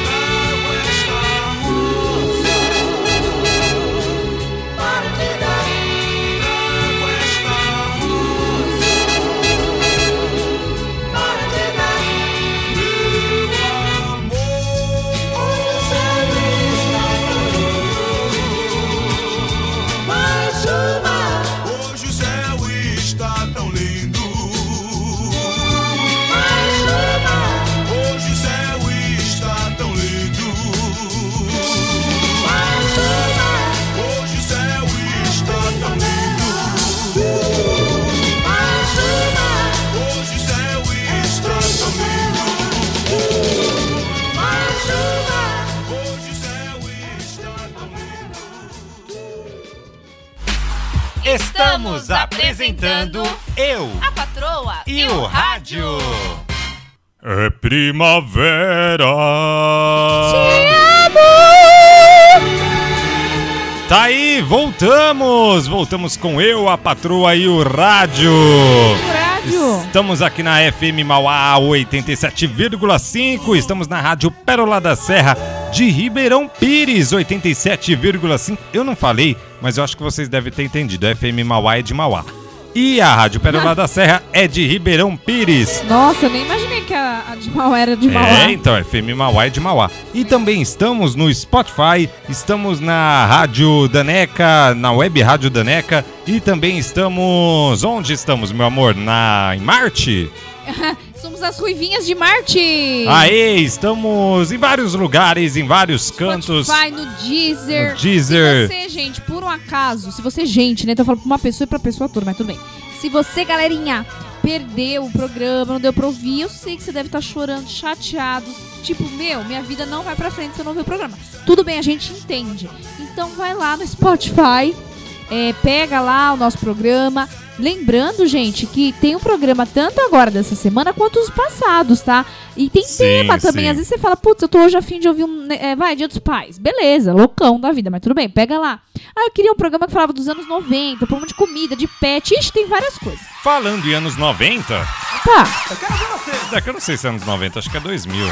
Trago esta rosa para te dar. Trago esta rosa para te dar. Meu amor, hoje o céu está tão mais uma. Hoje o céu está tão lindo, mais uma. Hoje o céu está tão lindo, mais uma. Hoje o céu está tão lindo, mais uma. Hoje o céu está tão lindo. Hoje o céu está tão Estamos apresentando Eu A patroa e o rádio. É primavera. Tá aí, voltamos! Voltamos com eu, a patroa e o rádio. Rádio. Estamos aqui na FM Mauá 87,5. Estamos na Rádio Pérola da Serra de Ribeirão Pires 87,5. Eu não falei, mas eu acho que vocês devem ter entendido. A FM Mauá é de Mauá. E a Rádio Pérola da Serra é de Ribeirão Pires. Nossa, eu nem imaginei que que a, a de Mauá era de Mauá. É, então, FM Mauá é de Mauá. E também estamos no Spotify, estamos na Rádio Daneca, na Web Rádio Daneca, e também estamos. Onde estamos, meu amor? Na em Marte? Somos as Ruivinhas de Marte. Aê, estamos em vários lugares, em vários cantos. Spotify, no Deezer. No Deezer. Se você, gente, por um acaso, se você, gente, né? Então eu falo pra uma pessoa e pra pessoa toda, mas tudo bem. Se você, galerinha, perdeu o programa, não deu pra ouvir, eu sei que você deve estar chorando, chateado. Tipo, meu, minha vida não vai pra frente se eu não ouvir o programa. Tudo bem, a gente entende. Então vai lá no Spotify, é, pega lá o nosso programa. Lembrando, gente, que tem um programa tanto agora dessa semana quanto os passados, tá? E tem Sim, tema também. sim. Às vezes você fala, putz, eu tô hoje afim de ouvir um. né, é, vai, Dia dos Pais. Beleza, loucão da vida, mas tudo bem, pega lá. Ah, eu queria um programa que falava dos anos 90, programa de comida, de pet. Ixi, tem várias coisas. Falando em anos 90, Tá. é que eu não sei se é anos 90, acho que é 2000.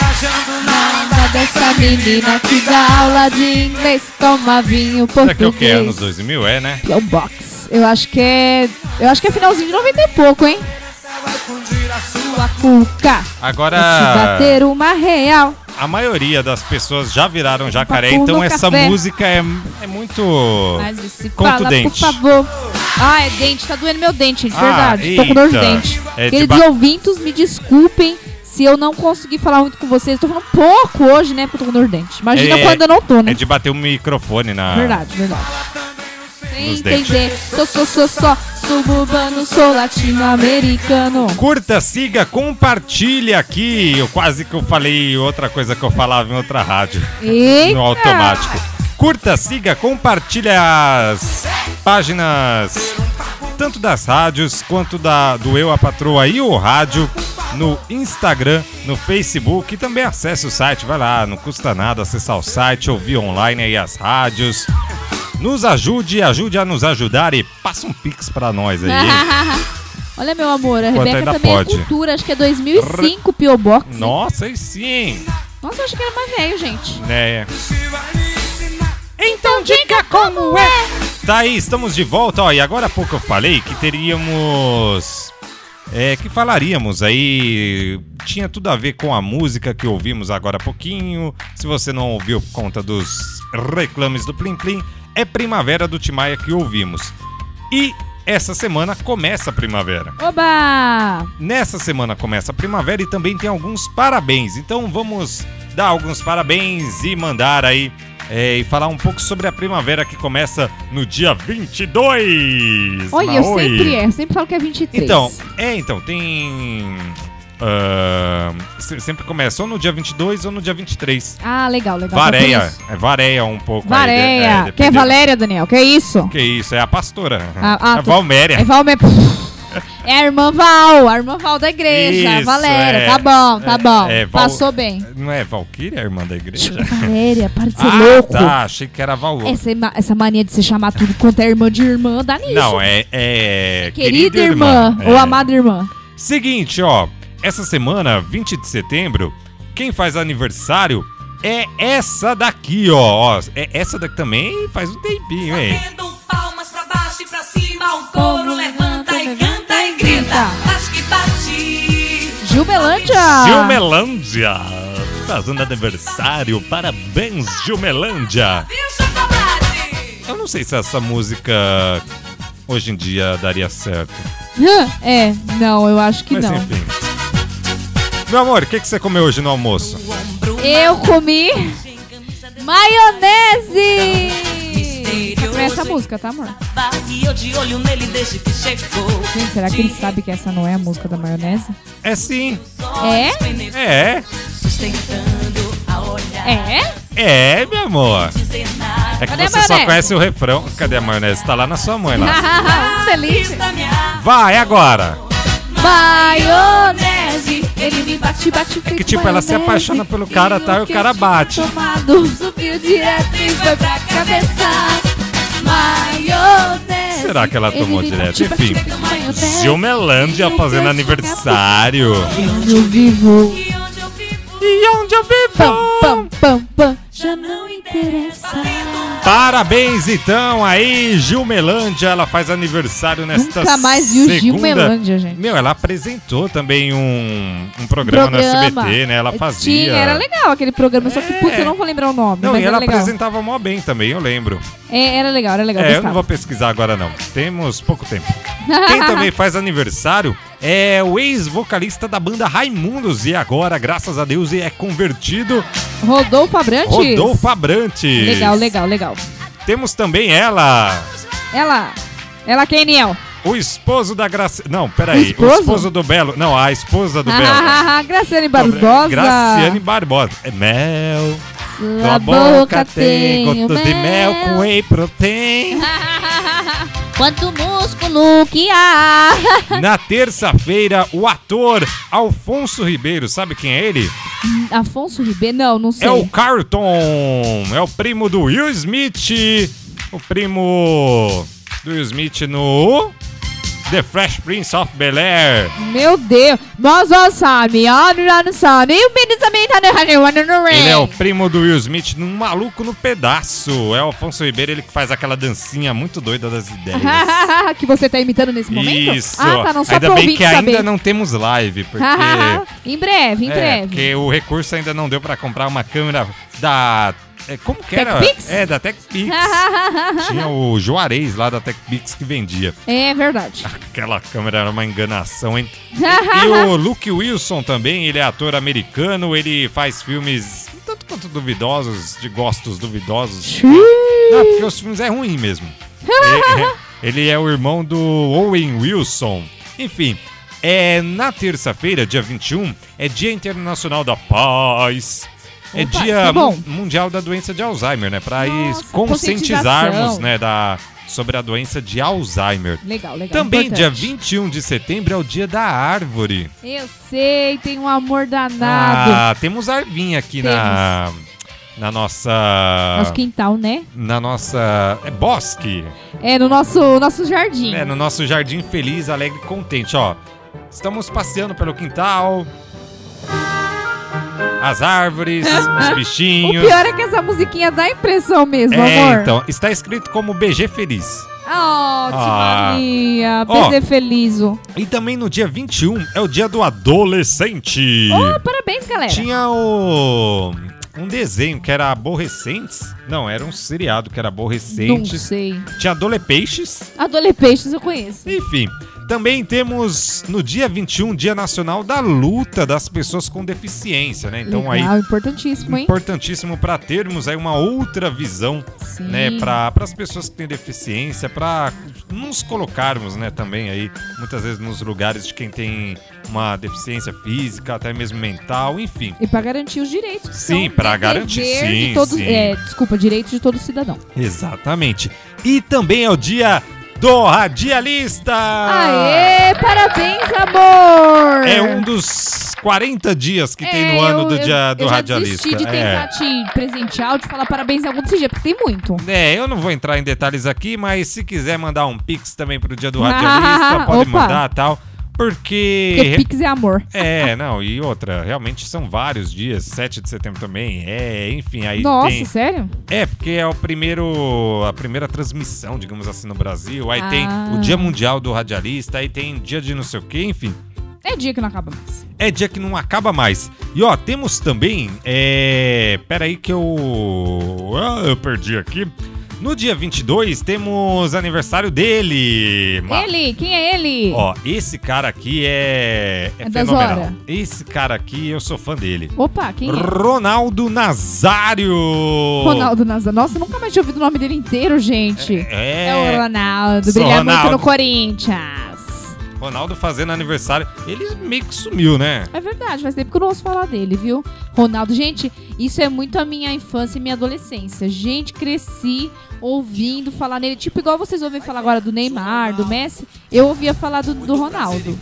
Nada dessa menina que dá aula de inglês, toma vinho português. Será que é o que? Anos 2000? É, né? P.O. Box. Eu acho que é. Eu acho que é finalzinho de 90 e pouco, hein? Sua cuca. Vou te Agora, bater uma real. a maioria das pessoas já viraram jacaré, papo então no essa um café. música é, é muito. Mas se Conta o fala, por dente. favor. Ah, é dente, tá doendo meu dente, de Ah, verdade. Tô com dor de eita. dente. É de Queridos ba- ouvintes, me desculpem se eu não consegui falar muito com vocês. Tô falando pouco hoje, né? Porque eu tô com dor de dente. Imagina É- quando eu não tô, né? É de bater o microfone na. Verdade, verdade. Ah. Sem Nos dentes. entender, sou, sou, sou, só suburbano, sou latino-americano. Curta, siga, compartilha aqui. Eu quase que eu falei outra coisa que eu falava em outra rádio. Eita! No automático. Curta, siga, compartilha as páginas tanto das rádios quanto da do Eu a Patroa e o rádio no Instagram, no Facebook e também acesse o site, vai lá, não custa nada acessar o site, ouvir online aí as rádios. Nos ajude, ajude a nos ajudar e passa um pix pra nós aí. hein? Olha, meu amor, a Enquanto Rebeca ainda também pode. é cultura, acho que é 2005 P.O. Box. Nossa, e sim. Nossa, eu acho que era mais velho, gente. né? Então diga como é. Tá aí, estamos de volta. Ó, e agora há pouco eu falei que teríamos. É, que falaríamos aí. Tinha tudo a ver com a música que ouvimos agora há pouquinho. Se você não ouviu por conta dos reclames do Plim Plim, é Primavera do Timaya que ouvimos. E essa semana começa a primavera. Oba! Nessa semana começa a primavera e também tem alguns parabéns. Então vamos dar alguns parabéns e mandar aí é, e falar um pouco sobre a primavera que começa no dia 22. Olha, eu Maoi. sempre é, eu sempre falo que é 23. Então, é, então, tem. ah, se- sempre começa ou no dia 22 ou no dia 23. Ah, legal, legal. Vareia, Então, por isso. é, vareia um pouco. aí, de- é, Vareia. dependendo- Quer Valéria, Daniel? Que isso? Que isso, é a pastora. Ah, ah, a tu- Valméria. É Valmer. É a irmã Val, a irmã Val da igreja, Isso, Valéria. é. Tá bom, tá É, bom. é, Val- Passou bem. Não é Valquíria, a irmã da igreja? Valéria, para de ser ah, louco. tá, achei que era Valor. Essa, ima- essa mania de se chamar tudo quanto é irmã de irmã, dá nisso. Não, é. é Querida irmã, ou É. amada irmã. Seguinte, ó. Essa semana, 20 de setembro, quem faz aniversário é essa daqui, ó. ó é essa daqui também faz um tempinho, hein? Batendo palmas pra baixo e pra cima, o coro levanta e canta e grita. Bate que bate. Gilmelândia! Gilmelândia! Fazendo aniversário, parabéns, Gilmelândia! Viu, chocolate? Eu não sei se essa música hoje em dia daria certo. Hã? É, não, eu acho que Mas não. enfim. Meu amor, o que, que você comeu hoje no almoço? Eu comi maionese! Misterioso. Não é essa música, tá, amor? E eu de olho nele desde que chegou. Gente, será que ele sabe que essa não é a música da maionese? É sim, É? é, Sustentando a olhar. É? é, meu amor. Dizer nada. É que Cadê a você só maionese? conhece o refrão. Cadê a maionese? Tá lá na sua mãe lá. Excelente! Está me a- Vai agora! Maionese, ele me bate, bate, É que tipo, ela se apaixona pelo cara, tá? E o cara bate. Tomado, subiu direto e foi pra cabeça. Maionese. Será que ela tomou Ele me direto? bate, bate, Enfim. bate, maionese. Gilmelândia fazendo aniversário. Eu vivo. E onde eu vivo, E onde eu Pam, vivo? pam, pam, pam. Já não interessa. fazendo um Parabéns então aí, Gilmelândia. Ela faz aniversário nesta Nunca mais vi o segunda. Gilmelândia, gente. Meu, ela apresentou também um, um programa, no SBT, né? Ela fazia. É, Tinha, era legal aquele programa, só que, É. putz, eu não vou lembrar o nome, Não, mas e ela era legal. apresentava mó bem também, eu lembro. É, era legal, era legal, é, eu não gostava. vou pesquisar agora não. Temos pouco tempo. Quem também faz aniversário é o ex-vocalista da banda Raimundos e agora, graças a Deus, é convertido Rodolfo Abrantes? Rodolfo Abrantes. Legal, legal, legal. Temos também ela, Ela, ela quem, Niel? o esposo da Graça... Não, peraí. O O esposo, esposo? do Belo. Não, a esposa do Belo. Ah, Graciane Barbosa. Graciane Barbosa. É mel, Sua tua boca tem gosto de mel com whey protein. Quanto músculo que há. Na terça-feira, o ator Alfonso Ribeiro, sabe quem é ele? Afonso Ribeiro? Não, não sei. É o Carlton, é o primo do Will Smith, o primo do Will Smith no The Fresh Prince of Bel Air. Meu Deus. Nós não sabe, ó, nós não sabe. E o menino também tá no no Ele é o primo do Will Smith num maluco no pedaço. É o Alfonso Ribeiro, ele que faz aquela dancinha muito doida das ideias. que você tá imitando nesse momento? Isso. Ah, tá, não só ainda pra bem ouvinte que saber. ainda não temos live, porque em breve, em É, breve. porque o recurso ainda não deu pra comprar uma câmera da. é, Como que era? TechPix? É, da TechPix. Tinha o Juarez lá da TechPix que vendia. é verdade. Aquela câmera era uma enganação, hein? E o Luke Wilson também, ele é ator americano, ele faz filmes um tanto quanto duvidosos, de gostos duvidosos. Não, porque os filmes é ruim mesmo. E- ele é o irmão do Owen Wilson. Enfim, é na terça-feira, dia 21, é Dia Internacional da Paz. É Opa, dia tá bom. mu- mundial da doença de Alzheimer, né? Para Nossa, conscientizarmos, conscientização. né, da sobre a doença de Alzheimer. Legal, legal. Também É importante. dia 21 de setembro é o dia da árvore. Eu sei, tem um amor danado. Ah, temos arvinha aqui na na nossa Nosso quintal, né? na nossa é bosque, É, no nosso, nosso jardim. né, no nosso jardim feliz, alegre e contente, ó. Estamos passeando pelo quintal. As árvores, os O bichinhos. pior é que essa musiquinha dá impressão mesmo, É, amor. então, está escrito como BG Feliz. Ah, Ótimo, Ah. Maria. Ó. Beijo felizo. E também no dia 21 é o dia do adolescente. Oh, parabéns, galera. Tinha o. Um desenho que era aborrecentes. Não, era um seriado que era Não aborrecentes. sei. Tinha Adolepeixes. Adole Peixes eu conheço. Enfim. Também temos no dia 21, Dia Nacional da Luta das Pessoas com Deficiência, né? Então aí. Legal, importantíssimo, hein? Importantíssimo para termos aí uma outra visão, Sim. né, para as pessoas que têm deficiência, para nos colocarmos, né, também aí muitas vezes nos lugares de quem tem uma deficiência física, até mesmo mental, enfim. E pra garantir os direitos. que Sim, são pra dever garantir, de sim, todos, sim. É, desculpa, direitos de todo cidadão. Exatamente. E também é o dia do Radialista! Aê, parabéns, Ah. amor! É um dos 40 dias que tem no É, ano eu- do dia do eu, Radialista. Eu já desisti de tentar é. te presentear ou te falar parabéns em algum desses dias, porque tem muito. É, eu não vou entrar em detalhes aqui, mas se quiser mandar um pix também pro dia do Radialista, pode Opa. mandar tal. Porque. Porque Pix é amor. É, não, e outra, realmente são vários dias, 7 de setembro também, é, enfim, aí Nossa, tem... sério? É, porque é o primeiro, a primeira transmissão, digamos assim, no Brasil, aí tem Ah. o Dia Mundial do Radialista, aí tem dia de não sei o quê, enfim, É dia que não acaba mais. é dia que não acaba mais. E ó, temos também, é, peraí que eu, ah, eu perdi aqui, no dia 22 temos aniversário dele, Ma- Ele, quem é ele? Ó, esse cara aqui é, é É das fenomenal. horas. Esse cara aqui, eu sou fã dele. Opa, quem é? Ronaldo Nazário. Ronaldo Nazar. Nossa, nunca mais tinha ouvido o nome dele inteiro, gente. É, o É, Ronaldo. Sou Brilha Ronaldo. muito no Corinthians. Ronaldo fazendo aniversário. Ele meio que sumiu, né? É verdade, faz tempo que eu não ouço falar dele, viu? Ronaldo, gente, isso é muito a minha infância e minha adolescência. Gente, cresci ouvindo falar nele. Tipo, igual vocês ouvem falar agora do Neymar, do Messi, eu ouvia falar do, do Ronaldo.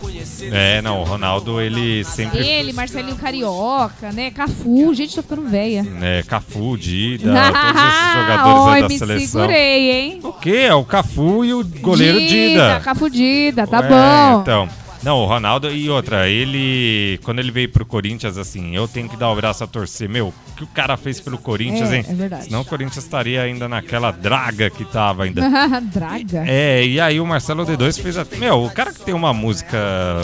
É, não, o Ronaldo, ele sempre... Ele, Marcelinho Carioca, né? Cafu, gente, tô ficando velha. É, Cafu, Dida, todos esses jogadores Oi, aí da me seleção. segurei, hein? O quê? É o Cafu e o goleiro Dida. Cafudida, tá É, bom. Então, Não, o Ronaldo e outra, ele. Quando ele veio pro Corinthians, assim, eu tenho que dar o braço a torcer. Meu, o que o cara fez pelo Corinthians, É, hein? é verdade. Senão o Corinthians estaria ainda naquela draga que tava ainda. Draga. É, e aí o Marcelo D2 fez até. Meu, o cara que tem uma música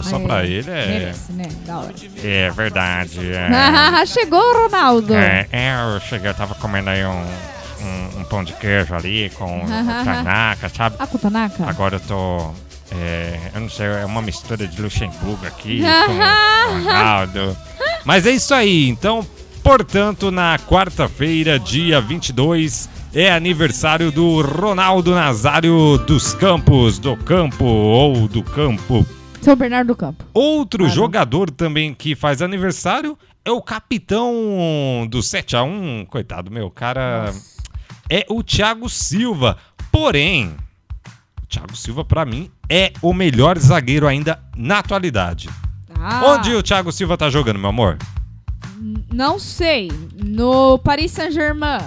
só É, pra ele é. Merece, né? Da hora. É verdade. É, Ah, chegou o Ronaldo. é, é, eu cheguei, eu tava comendo aí um, um, um pão de queijo ali com tanaca, sabe? A Kutanaka. Agora eu tô. é, eu não sei, é uma mistura de Luxemburgo aqui Ah. com Ronaldo. Mas é isso aí, então, portanto, na quarta-feira, dia 22, é aniversário do Ronaldo Nazário dos Campos, do Campo ou do Campo. São Bernardo do Campo. Outro jogador também que faz aniversário é o capitão do 7 a 1 coitado meu, o cara é o Thiago Silva. Porém, o Thiago Silva pra mim é o melhor zagueiro ainda na atualidade. Ah, Onde o Thiago Silva tá jogando, meu amor? Não sei. No Paris Saint-Germain.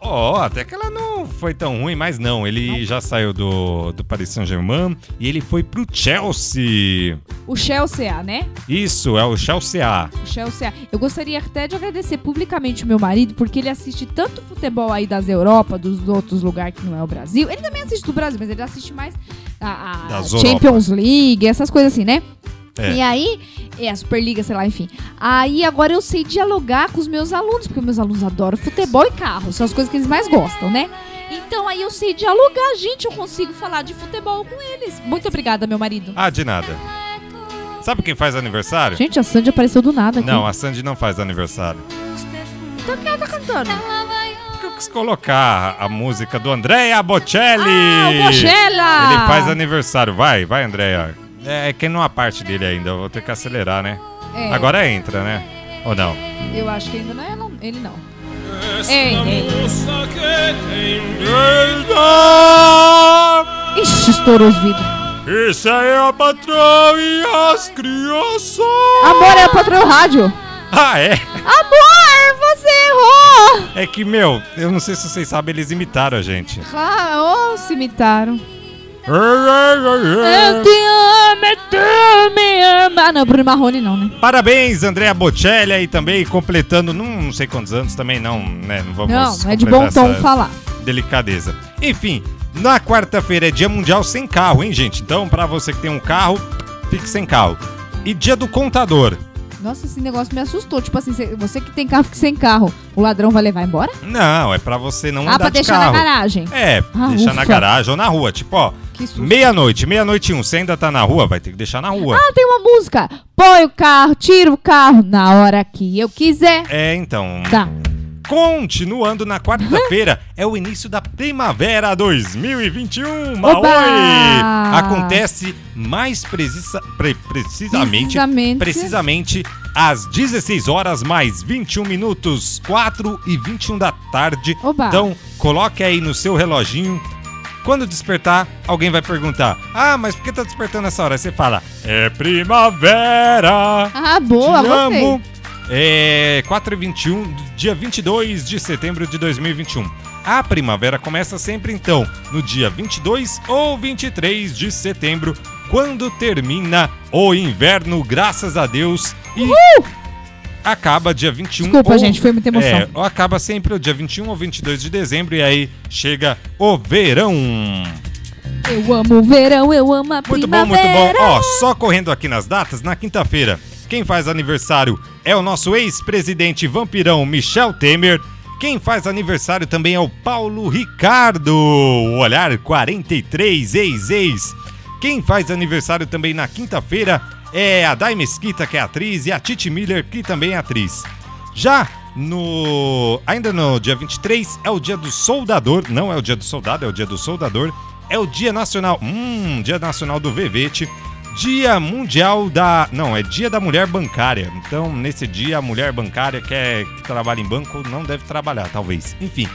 Ó, até que ela não foi tão ruim, mas não, ele já saiu do, do Paris Saint-Germain e ele foi pro Chelsea. O Chelsea, A, né? Isso, é o Chelsea. A. O Chelsea. A. Eu gostaria até de agradecer publicamente o meu marido, porque ele assiste tanto futebol aí das Europa, dos outros lugares que não é o Brasil. Ele também assiste do Brasil, mas ele assiste mais a, a Das Champions League, essas coisas assim, né? É. E aí, é a Superliga, sei lá, enfim. Aí agora eu sei dialogar com os meus alunos, porque meus alunos adoram futebol e carro, são as coisas que eles mais gostam, né? Então aí eu sei dialogar, gente, eu consigo falar de futebol com eles. Muito obrigada, meu marido. Ah, de nada. Sabe quem faz aniversário? Gente, a Sandy apareceu do nada aqui. Então, Não, a Sandy não faz aniversário. tá cantando. Porque eu quis colocar a música do Andréa Bocelli. Ah, o Bochella! Ele faz aniversário. Vai, vai, Andréa. É, quem não a parte dele ainda, eu vou ter que acelerar, né? É. Agora entra, né? Ou não? Eu acho que ainda não é ela- ele, não. Ei, ei. Ixi, estourou os vidros. Isso aí é a patroa e as crianças! Amor, é o patrão rádio. Ah, é? Amor, você errou! É que, meu, eu não sei se vocês sabem, eles imitaram a gente. Ah, oh, se imitaram. Eu te amo, é tu me ama. Ah, não, Bruno Marrone não, né? Parabéns, Andréa Bocelli, aí também completando, não, não sei quantos anos também, não, né? Não vamos Não, não é de bom completar tom essa falar. Delicadeza. Enfim, na quarta-feira é dia mundial sem carro, hein, gente? Então, pra você que tem um carro, fique sem carro. E dia do contador. Nossa, esse negócio me assustou. Tipo assim, cê- você que tem carro, fica sem carro. O ladrão vai levar embora? Não, é pra você não ah, andar pra de deixar carro. na garagem. É, Ah, deixar na ufa. garagem ou na rua. Tipo, ó, Que susto. meia-noite, meia-noite e um, você ainda tá na rua, vai ter que deixar na rua. Ah, tem uma música. Põe o carro, tira o carro na hora que eu quiser. É, então. Tá. Continuando na quarta-feira, é o início da Primavera 2021. Oba! Maoi! um. Acontece mais precisa- pre- precisamente, Precisamente. precisamente às 16 horas mais 21 minutos, 4 e 21 da tarde. Oba. Então, coloque aí no seu reloginho. Quando despertar, alguém vai perguntar: "Ah, mas por que tá despertando essa hora?" Aí Você fala: "É primavera". Ah, boa, Te gostei. amo. É 4 e 21, dia 22 de setembro de 2021. A primavera começa sempre então, no dia 22 ou 23 de setembro, quando termina o inverno, graças a Deus, e acaba dia 21. Desculpa, ou- gente, foi muita emoção. É, ou acaba sempre o dia 21 ou 22 de dezembro e aí chega o verão. Eu amo o verão, eu amo a Muito bom, muito primavera. bom. Ó, só correndo aqui nas datas, na quinta-feira, quem faz aniversário é o nosso ex-presidente vampirão Michel Temer. Quem faz aniversário também é o Paulo Ricardo, o olhar 43, ex-ex. Quem faz aniversário também na quinta-feira é a Dai Mesquita, que é atriz, e a Titi Miller, que também é atriz. Já no. Ainda no dia 23 é o dia do soldador. Não é o dia do soldado, é o dia do soldador. É o dia nacional. Hum, dia nacional do Vevete. Dia mundial da. Não, é dia da mulher bancária. Então, nesse dia, a mulher bancária que, é, que trabalha em banco não deve trabalhar, talvez. Enfim.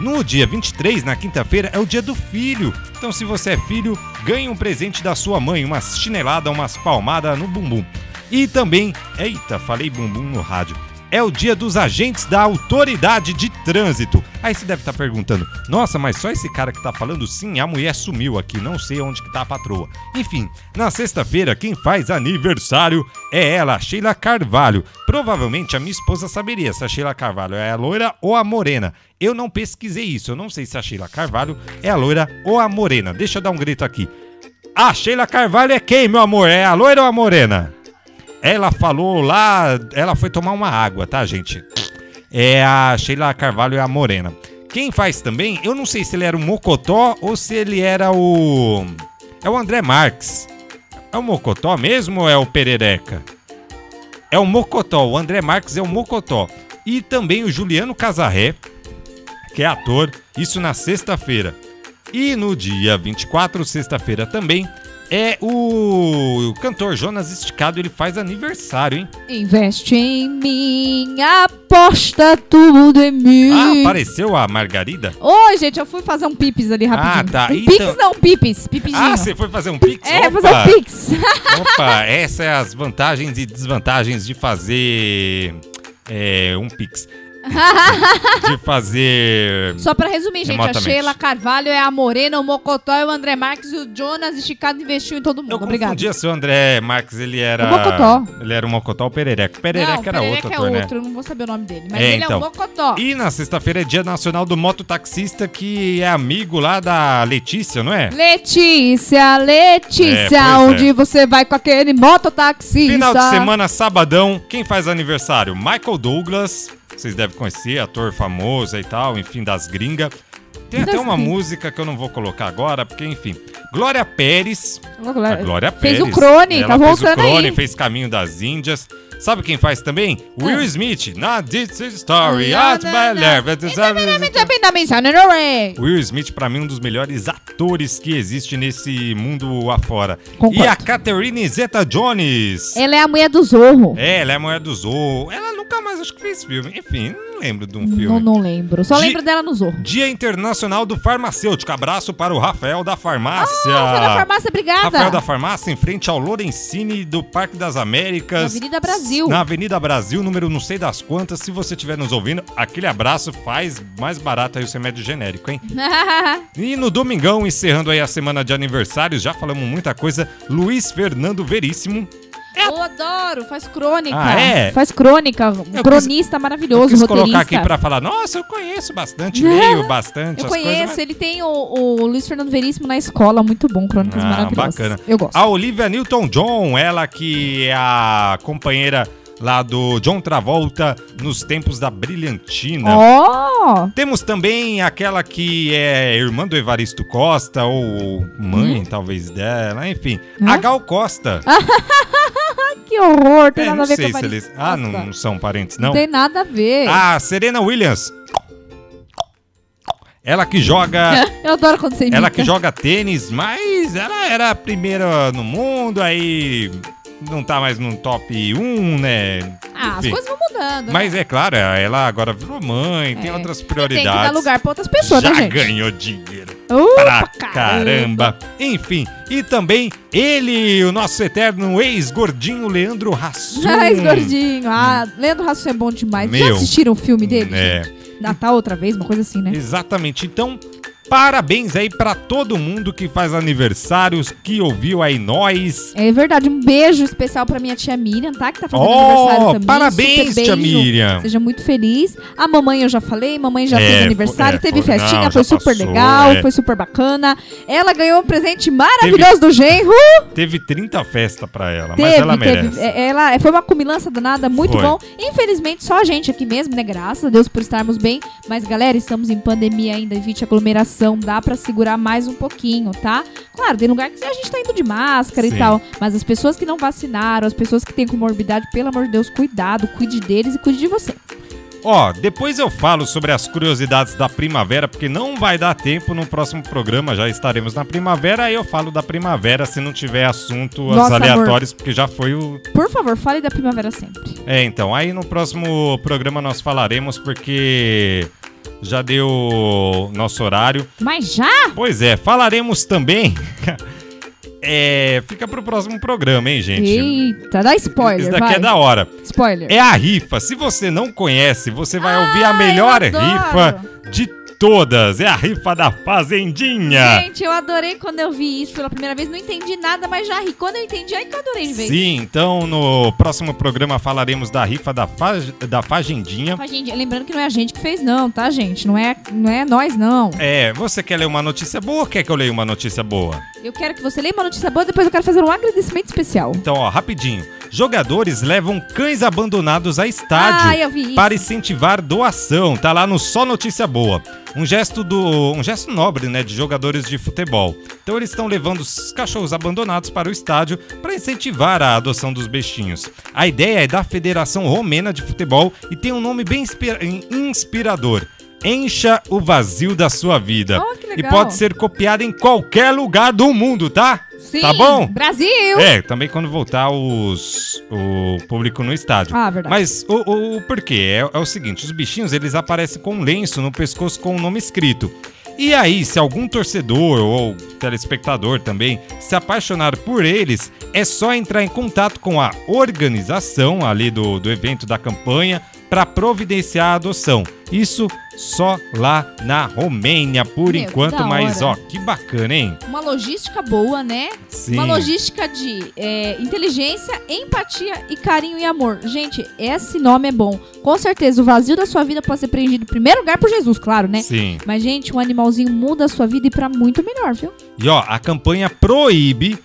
No dia 23, na quinta-feira, é o dia do filho. Então, se você é filho, ganhe um presente da sua mãe, uma chinelada, umas palmadas no bumbum. E também, eita, falei bumbum no rádio. é o dia dos agentes da autoridade de trânsito. Aí você deve estar perguntando: nossa, mas só esse cara que tá falando sim, a mulher sumiu aqui, não sei onde que tá a patroa. Enfim, na sexta-feira, quem faz aniversário é ela, Sheila Carvalho. Provavelmente a minha esposa saberia se a Sheila Carvalho é a loira ou a morena. Eu não pesquisei isso, eu não sei se a Sheila Carvalho é a loira ou a morena. Deixa eu dar um grito aqui. A Sheila Carvalho é quem, meu amor? É a loira ou a morena? Ela falou lá, ela foi tomar uma água, tá, gente? É a Sheila Carvalho e a Morena. Quem faz também, eu não sei se ele era o Mocotó ou se ele era o. É o André Marques. É o Mocotó mesmo ou é o Perereca? É o Mocotó, o André Marques é o Mocotó. E também o Juliano Casarré, que é ator, isso na sexta-feira. E no dia 24, sexta-feira também, é o, o cantor Jonas Esticado, ele faz aniversário, hein? Investe em mim, aposta tudo em mim. Ah, apareceu a Margarida? Oi, gente, eu fui fazer um pips ali rapidinho. Ah, tá. Um Então- pips não, pipis. Pipidinho. Ah, você foi fazer um pix? É, Opa! fazer um pix. Opa, essas são as vantagens e desvantagens de fazer é, um pix. de fazer... Só pra resumir, gente, a Remotamente. Sheila Carvalho é a Morena, o Mocotó é o André Marques e o Jonas Esticado investiu em todo mundo. Eu Obrigado. confundia se o André Marques, ele era... O Mocotó. Ele era o Mocotó ou o Perereca? O Perereca não, era Perereca outro, é ator, né? outro, eu não vou saber o nome dele. Mas É, ele então. é o Mocotó. E na sexta-feira é dia nacional do mototaxista, que é amigo lá da Letícia, não é? Letícia, É, Letícia, pois é. onde você vai com aquele mototaxista? Final de semana, sabadão, quem faz aniversário? Michael Douglas, vocês devem conhecer, ator famoso e tal, enfim, das gringas. Tem Das até uma gringas. música que eu não vou colocar agora, porque enfim. Glória Pérez, a Glória Fez Pérez. o Crone, ela tá fez voltando o Crone, aí. fez Caminho das Índias. Sabe quem faz também? Will Smith, na This Is Story, Ah, Out não, Então é by não. Love. Também da menção, né, Norey? Will Smith, pra mim, um dos melhores atores que existe nesse mundo afora. Concordo. E a Catherine Zeta-Jones. Ela é a mulher do Zorro. É, ela é a mulher do Zorro. Ela nunca mais acho que fez filme. Enfim, não lembro de um Não, filme. não lembro. Só Gi- lembro dela no Zorro. Dia Internacional do Farmacêutico. Abraço para o Rafael da Farmácia. Ah, foi na farmácia, obrigada. Rafael da Farmácia, em frente ao Lorenzini do Parque das Américas. Na Avenida Brasil. Na Avenida Brasil, número não sei das quantas. Se você estiver nos ouvindo, aquele abraço faz mais barato aí o remédio genérico, hein? E no domingão, encerrando aí a semana de aniversários, já falamos muita coisa, Luiz Fernando Veríssimo. Eu adoro, faz crônica. Ah, é? Faz crônica, um quis- cronista Eu maravilhoso, quis colocar roteirista. aqui pra falar, nossa, eu conheço bastante, leio bastante Eu as coisas. conheço, mas- ele tem o, o Luiz Fernando Veríssimo na escola, muito bom, crônicas Ah, maravilhosas. bacana. Eu gosto. A Olivia Newton-John, ela que é a companheira lá do John Travolta nos tempos da Brilhantina. Ó! Temos também aquela que é irmã do Evaristo Costa, ou mãe, talvez, dela, enfim. Hum? Hã? A Gal Costa. que horror, tem É, nada não a ver sei com a se eles... Ah, não, não são parentes, não. Ah, tem nada a ver. A Serena Williams. Ela que joga Eu adoro quando você imita. Ela que joga tênis, mas ela era a primeira no mundo, aí não tá mais no top 1, né? Ah, as Enfim. coisas vão mudando. Mas é claro, ela agora virou mãe, tem É. outras né? tem que prioridades. dar lugar pra outras pessoas, Já né, gente? ganhou dinheiro Uh, pra pra caramba. Enfim, e também ele, o nosso eterno ex-gordinho Leandro Hassum. Mas, é gordinho. Ah, Leandro Hassum é bom demais. Já Hum. Meu. assistiram o filme dele? É. gente? né? Natal outra vez, uma coisa assim, né? Exatamente. Então, parabéns aí pra todo mundo que faz aniversários, que ouviu aí nós. É verdade. Um beijo especial pra minha tia Miriam, tá? Que tá fazendo aniversário Oh, também. parabéns, Super tia beijo. Miriam. Seja muito feliz. A mamãe eu já falei, mamãe já É, fez foi- aniversário, é, teve foi- festinha, não, foi já super passou, legal, é. foi super bacana. Ela ganhou um presente maravilhoso do genro. Teve 30 festas pra ela, Teve, mas ela teve. merece. É, Ela foi uma cumilança danada, muito Foi. bom. Infelizmente, só a gente aqui mesmo, né? Graças a Deus por estarmos bem. Mas, galera, estamos em pandemia ainda, evite aglomeração, dá pra segurar mais um pouquinho, tá? Claro, tem lugar que a gente tá indo de máscara Sim. e tal. Mas as pessoas que não vacinaram, as pessoas que têm comorbidade, pelo amor de Deus, cuidado, cuide deles e cuide de você. Ó, depois eu falo sobre as curiosidades da primavera, porque não vai dar tempo no próximo programa, já estaremos na primavera, aí eu falo da primavera se não tiver assunto Nossa, amor. aleatórios, porque já foi o. Por favor, fale da primavera sempre. É, então, aí no próximo programa nós falaremos porque já deu nosso horário. Mas já? Pois é, falaremos também é, fica pro próximo programa, hein, gente? Eita, dá spoiler. Isso daqui vai. é da hora. Spoiler. É a rifa. Se você não conhece, você vai ouvir eu a melhor adoro. rifa de todas. É a rifa da Fazendinha. Gente, eu adorei quando eu vi isso pela primeira vez. Não entendi nada, mas já ri. Quando eu entendi, aí que eu adorei de vez. Sim, então no próximo programa falaremos da rifa da, fa da Fazendinha. Mas, gente, lembrando que não é a gente que fez, não, tá, gente? Não é, não é nós, não. É, você quer ler uma notícia boa ou quer que eu leia uma notícia boa? Eu quero que você leia uma notícia boa, depois eu quero fazer um agradecimento especial. Então, ó, rapidinho. Jogadores levam cães abandonados a estádio Ah, eu vi isso. para incentivar doação. Tá lá no Só Notícia Boa. Um gesto do, um gesto nobre, né, de jogadores de futebol. Então eles estão levando os cachorros abandonados para o estádio para incentivar a adoção dos bichinhos. A ideia é da Federação Romena de Futebol e tem um nome bem inspira- inspirador. Encha o vazio da sua vida. Oh, que e legal. pode ser copiado em qualquer lugar do mundo, tá? Sim, Tá bom? Brasil! É, também quando voltar os, o público no estádio. Ah, verdade. Mas o, o- o porquê é, é o seguinte: os bichinhos eles aparecem com um lenço no pescoço com o nome escrito. E aí, se algum torcedor ou telespectador também se apaixonar por eles, é só entrar em contato com a organização ali do, do evento da campanha para providenciar a adoção. Isso só lá na Romênia, por Meu, enquanto, da mas ó, hora. que bacana, hein? Uma logística boa, né? Sim. Uma logística de é, inteligência, empatia e carinho e amor. Gente, esse nome é bom. Com certeza, o vazio da sua vida pode ser preenchido em primeiro lugar por Jesus, claro, né? Sim. Mas, gente, um animalzinho muda a sua vida e pra muito melhor, viu? E ó, a campanha proíbe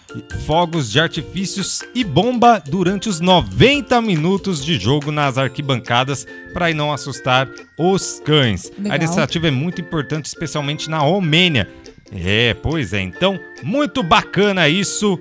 fogos de artifícios e bomba durante os 90 minutos de jogo nas arquibancadas para não assustar os cães. Legal. A iniciativa é muito importante, especialmente na Romênia. É, pois é. Então, muito bacana isso.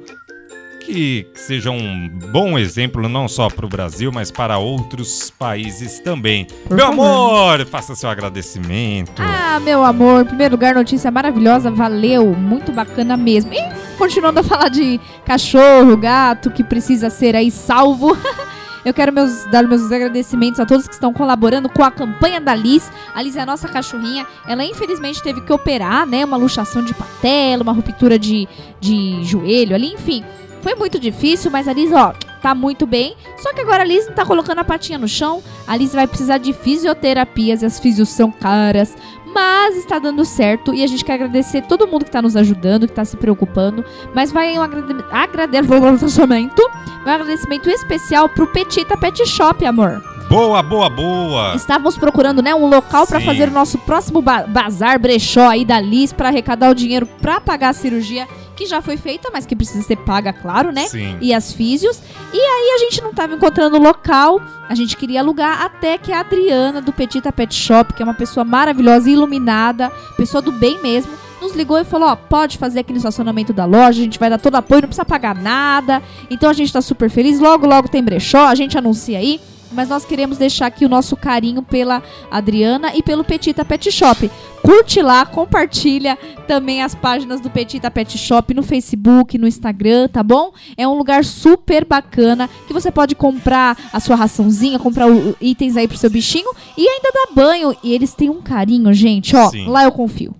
Que seja um bom exemplo não só para o Brasil, mas para outros países também. Por Meu favor. amor, faça seu agradecimento. Ah, meu amor, em primeiro lugar, notícia maravilhosa, valeu, muito bacana mesmo. E continuando a falar de cachorro, gato, que precisa ser aí salvo. Eu quero meus- dar meus agradecimentos a todos que estão colaborando com a campanha da Liz. A Liz é a nossa cachorrinha. Ela infelizmente teve que operar, né? Uma luxação de patela, uma ruptura de, de joelho ali, enfim. Foi muito difícil, mas a Liz, ó, tá muito bem. Só que agora a Liz não tá colocando a patinha no chão. A Liz vai precisar de fisioterapias e as fisios são caras. Mas está dando certo e a gente quer agradecer todo mundo que está nos ajudando, que está se preocupando. Mas vai um agrade- agradecimento, um agradecimento especial pro Petita Pet Shop, amor. Boa, boa, boa. Estávamos procurando, né, um local para Ah. Sim. fazer o nosso próximo ba- bazar brechó aí da Liz para arrecadar o dinheiro para pagar a cirurgia que já foi feita, mas que precisa ser paga, claro, né? Sim. e as físios. E aí a gente não tava encontrando local, a gente queria alugar até que a Adriana do Petita Pet Shop, que é uma pessoa maravilhosa, iluminada, pessoa do bem mesmo, nos ligou e falou: "Ó, pode fazer aqui no estacionamento da loja, a gente vai dar todo apoio, não precisa pagar nada". Então a gente tá super feliz, logo logo tem brechó, a gente anuncia aí. Mas nós queremos deixar aqui o nosso carinho pela Adriana e pelo Petita Pet Shop. Curte lá, compartilha também as páginas do Petita Pet Shop no Facebook, no Instagram, tá bom? É um lugar super bacana que você pode comprar a sua raçãozinha, comprar o- itens aí pro seu bichinho e ainda dar banho. E eles têm um carinho, gente, ó. Sim. Lá eu confio.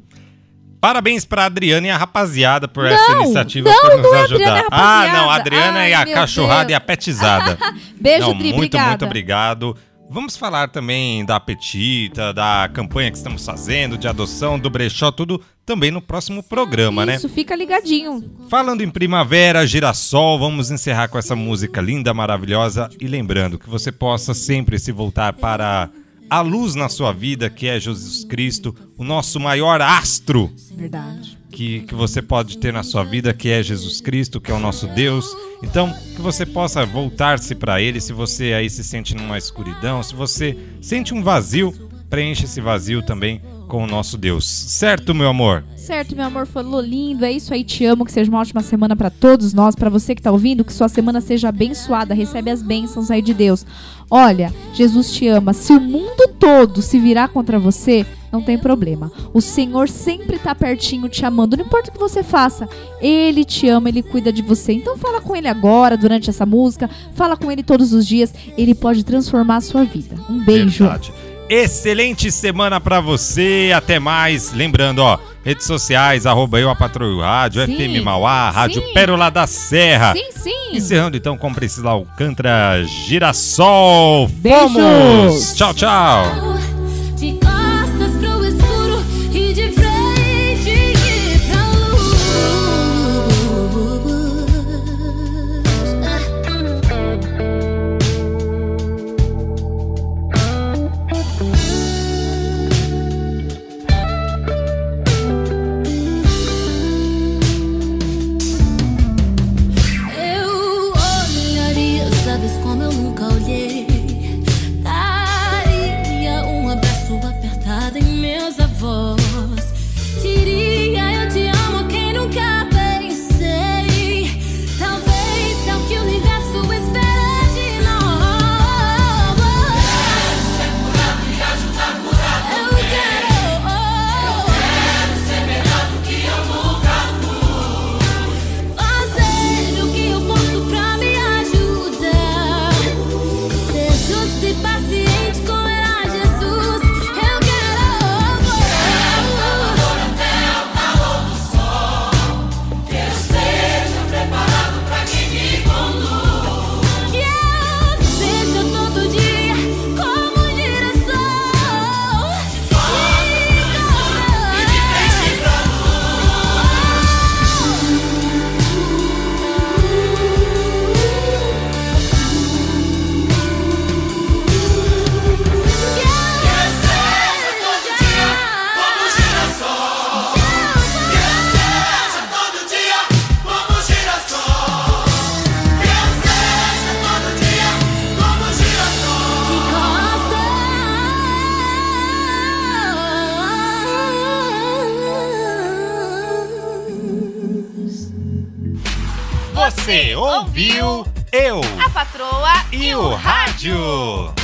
Parabéns pra Adriana e a rapaziada por essa iniciativa não, por nos não é a ajudar. Adriana, é a ah, rapaziada. não, a Adriana Ai, e a meu cachorrada Deus. e a petizada. Beijo, não, Dri, muito, obrigada. muito obrigado. Vamos falar também da Petita, da campanha que estamos fazendo, de adoção, do brechó, tudo também no próximo programa, né? Isso, fica ligadinho. Falando em primavera, girassol, vamos encerrar com essa música linda, maravilhosa e lembrando que você possa sempre se voltar para a luz na sua vida, que é Jesus Cristo, o nosso maior astro Verdade. que, que você pode ter na sua vida, que é Jesus Cristo, que é o nosso Deus. Então, que você possa voltar-se para Ele, se você aí se sente numa escuridão, se você sente um vazio, preencha esse vazio também com o nosso Deus. Certo, meu amor? Certo, meu amor, falou lindo. É isso aí, te amo. Que seja uma ótima semana pra todos nós, pra você que tá ouvindo, que sua semana seja abençoada, recebe as bênçãos aí de Deus. Olha, Jesus te ama. Se o mundo todo se virar contra você, não tem problema. O Senhor sempre tá pertinho te amando. Não importa o que você faça, ele te ama, ele cuida de você. Então fala com ele agora, durante essa música, fala com ele todos os dias, ele pode transformar a sua vida. Um beijo. Verdade. Excelente semana para você. Até mais. Lembrando, ó, Redes sociais, arroba eu, a Patrulho Rádio, Sim. FM Mauá, Rádio Sim. Pérola da Serra. Sim, sim. Encerrando então com Priscila Alcântara, Girassol. Beijos. Vamos! Tchau, tchau! De costas pro escuro e de frente pra luz. Eu olharia, sabes como eu nunca olhei. Daria um abraço apertado em meus avós. Diria eu te amo a quem nunca pensei. Talvez é o que o universo espera de nós. Eu oh, quero Fazer o que eu posso pra me ajudar. Ser justo e paciente com ela, Jesus. Eu quero. Que eu seja todo dia como direção. E de frente pra Todo dia, como girassol. Eu seja todo dia, como girassol. Você ouviu eu A patroa e o rádio.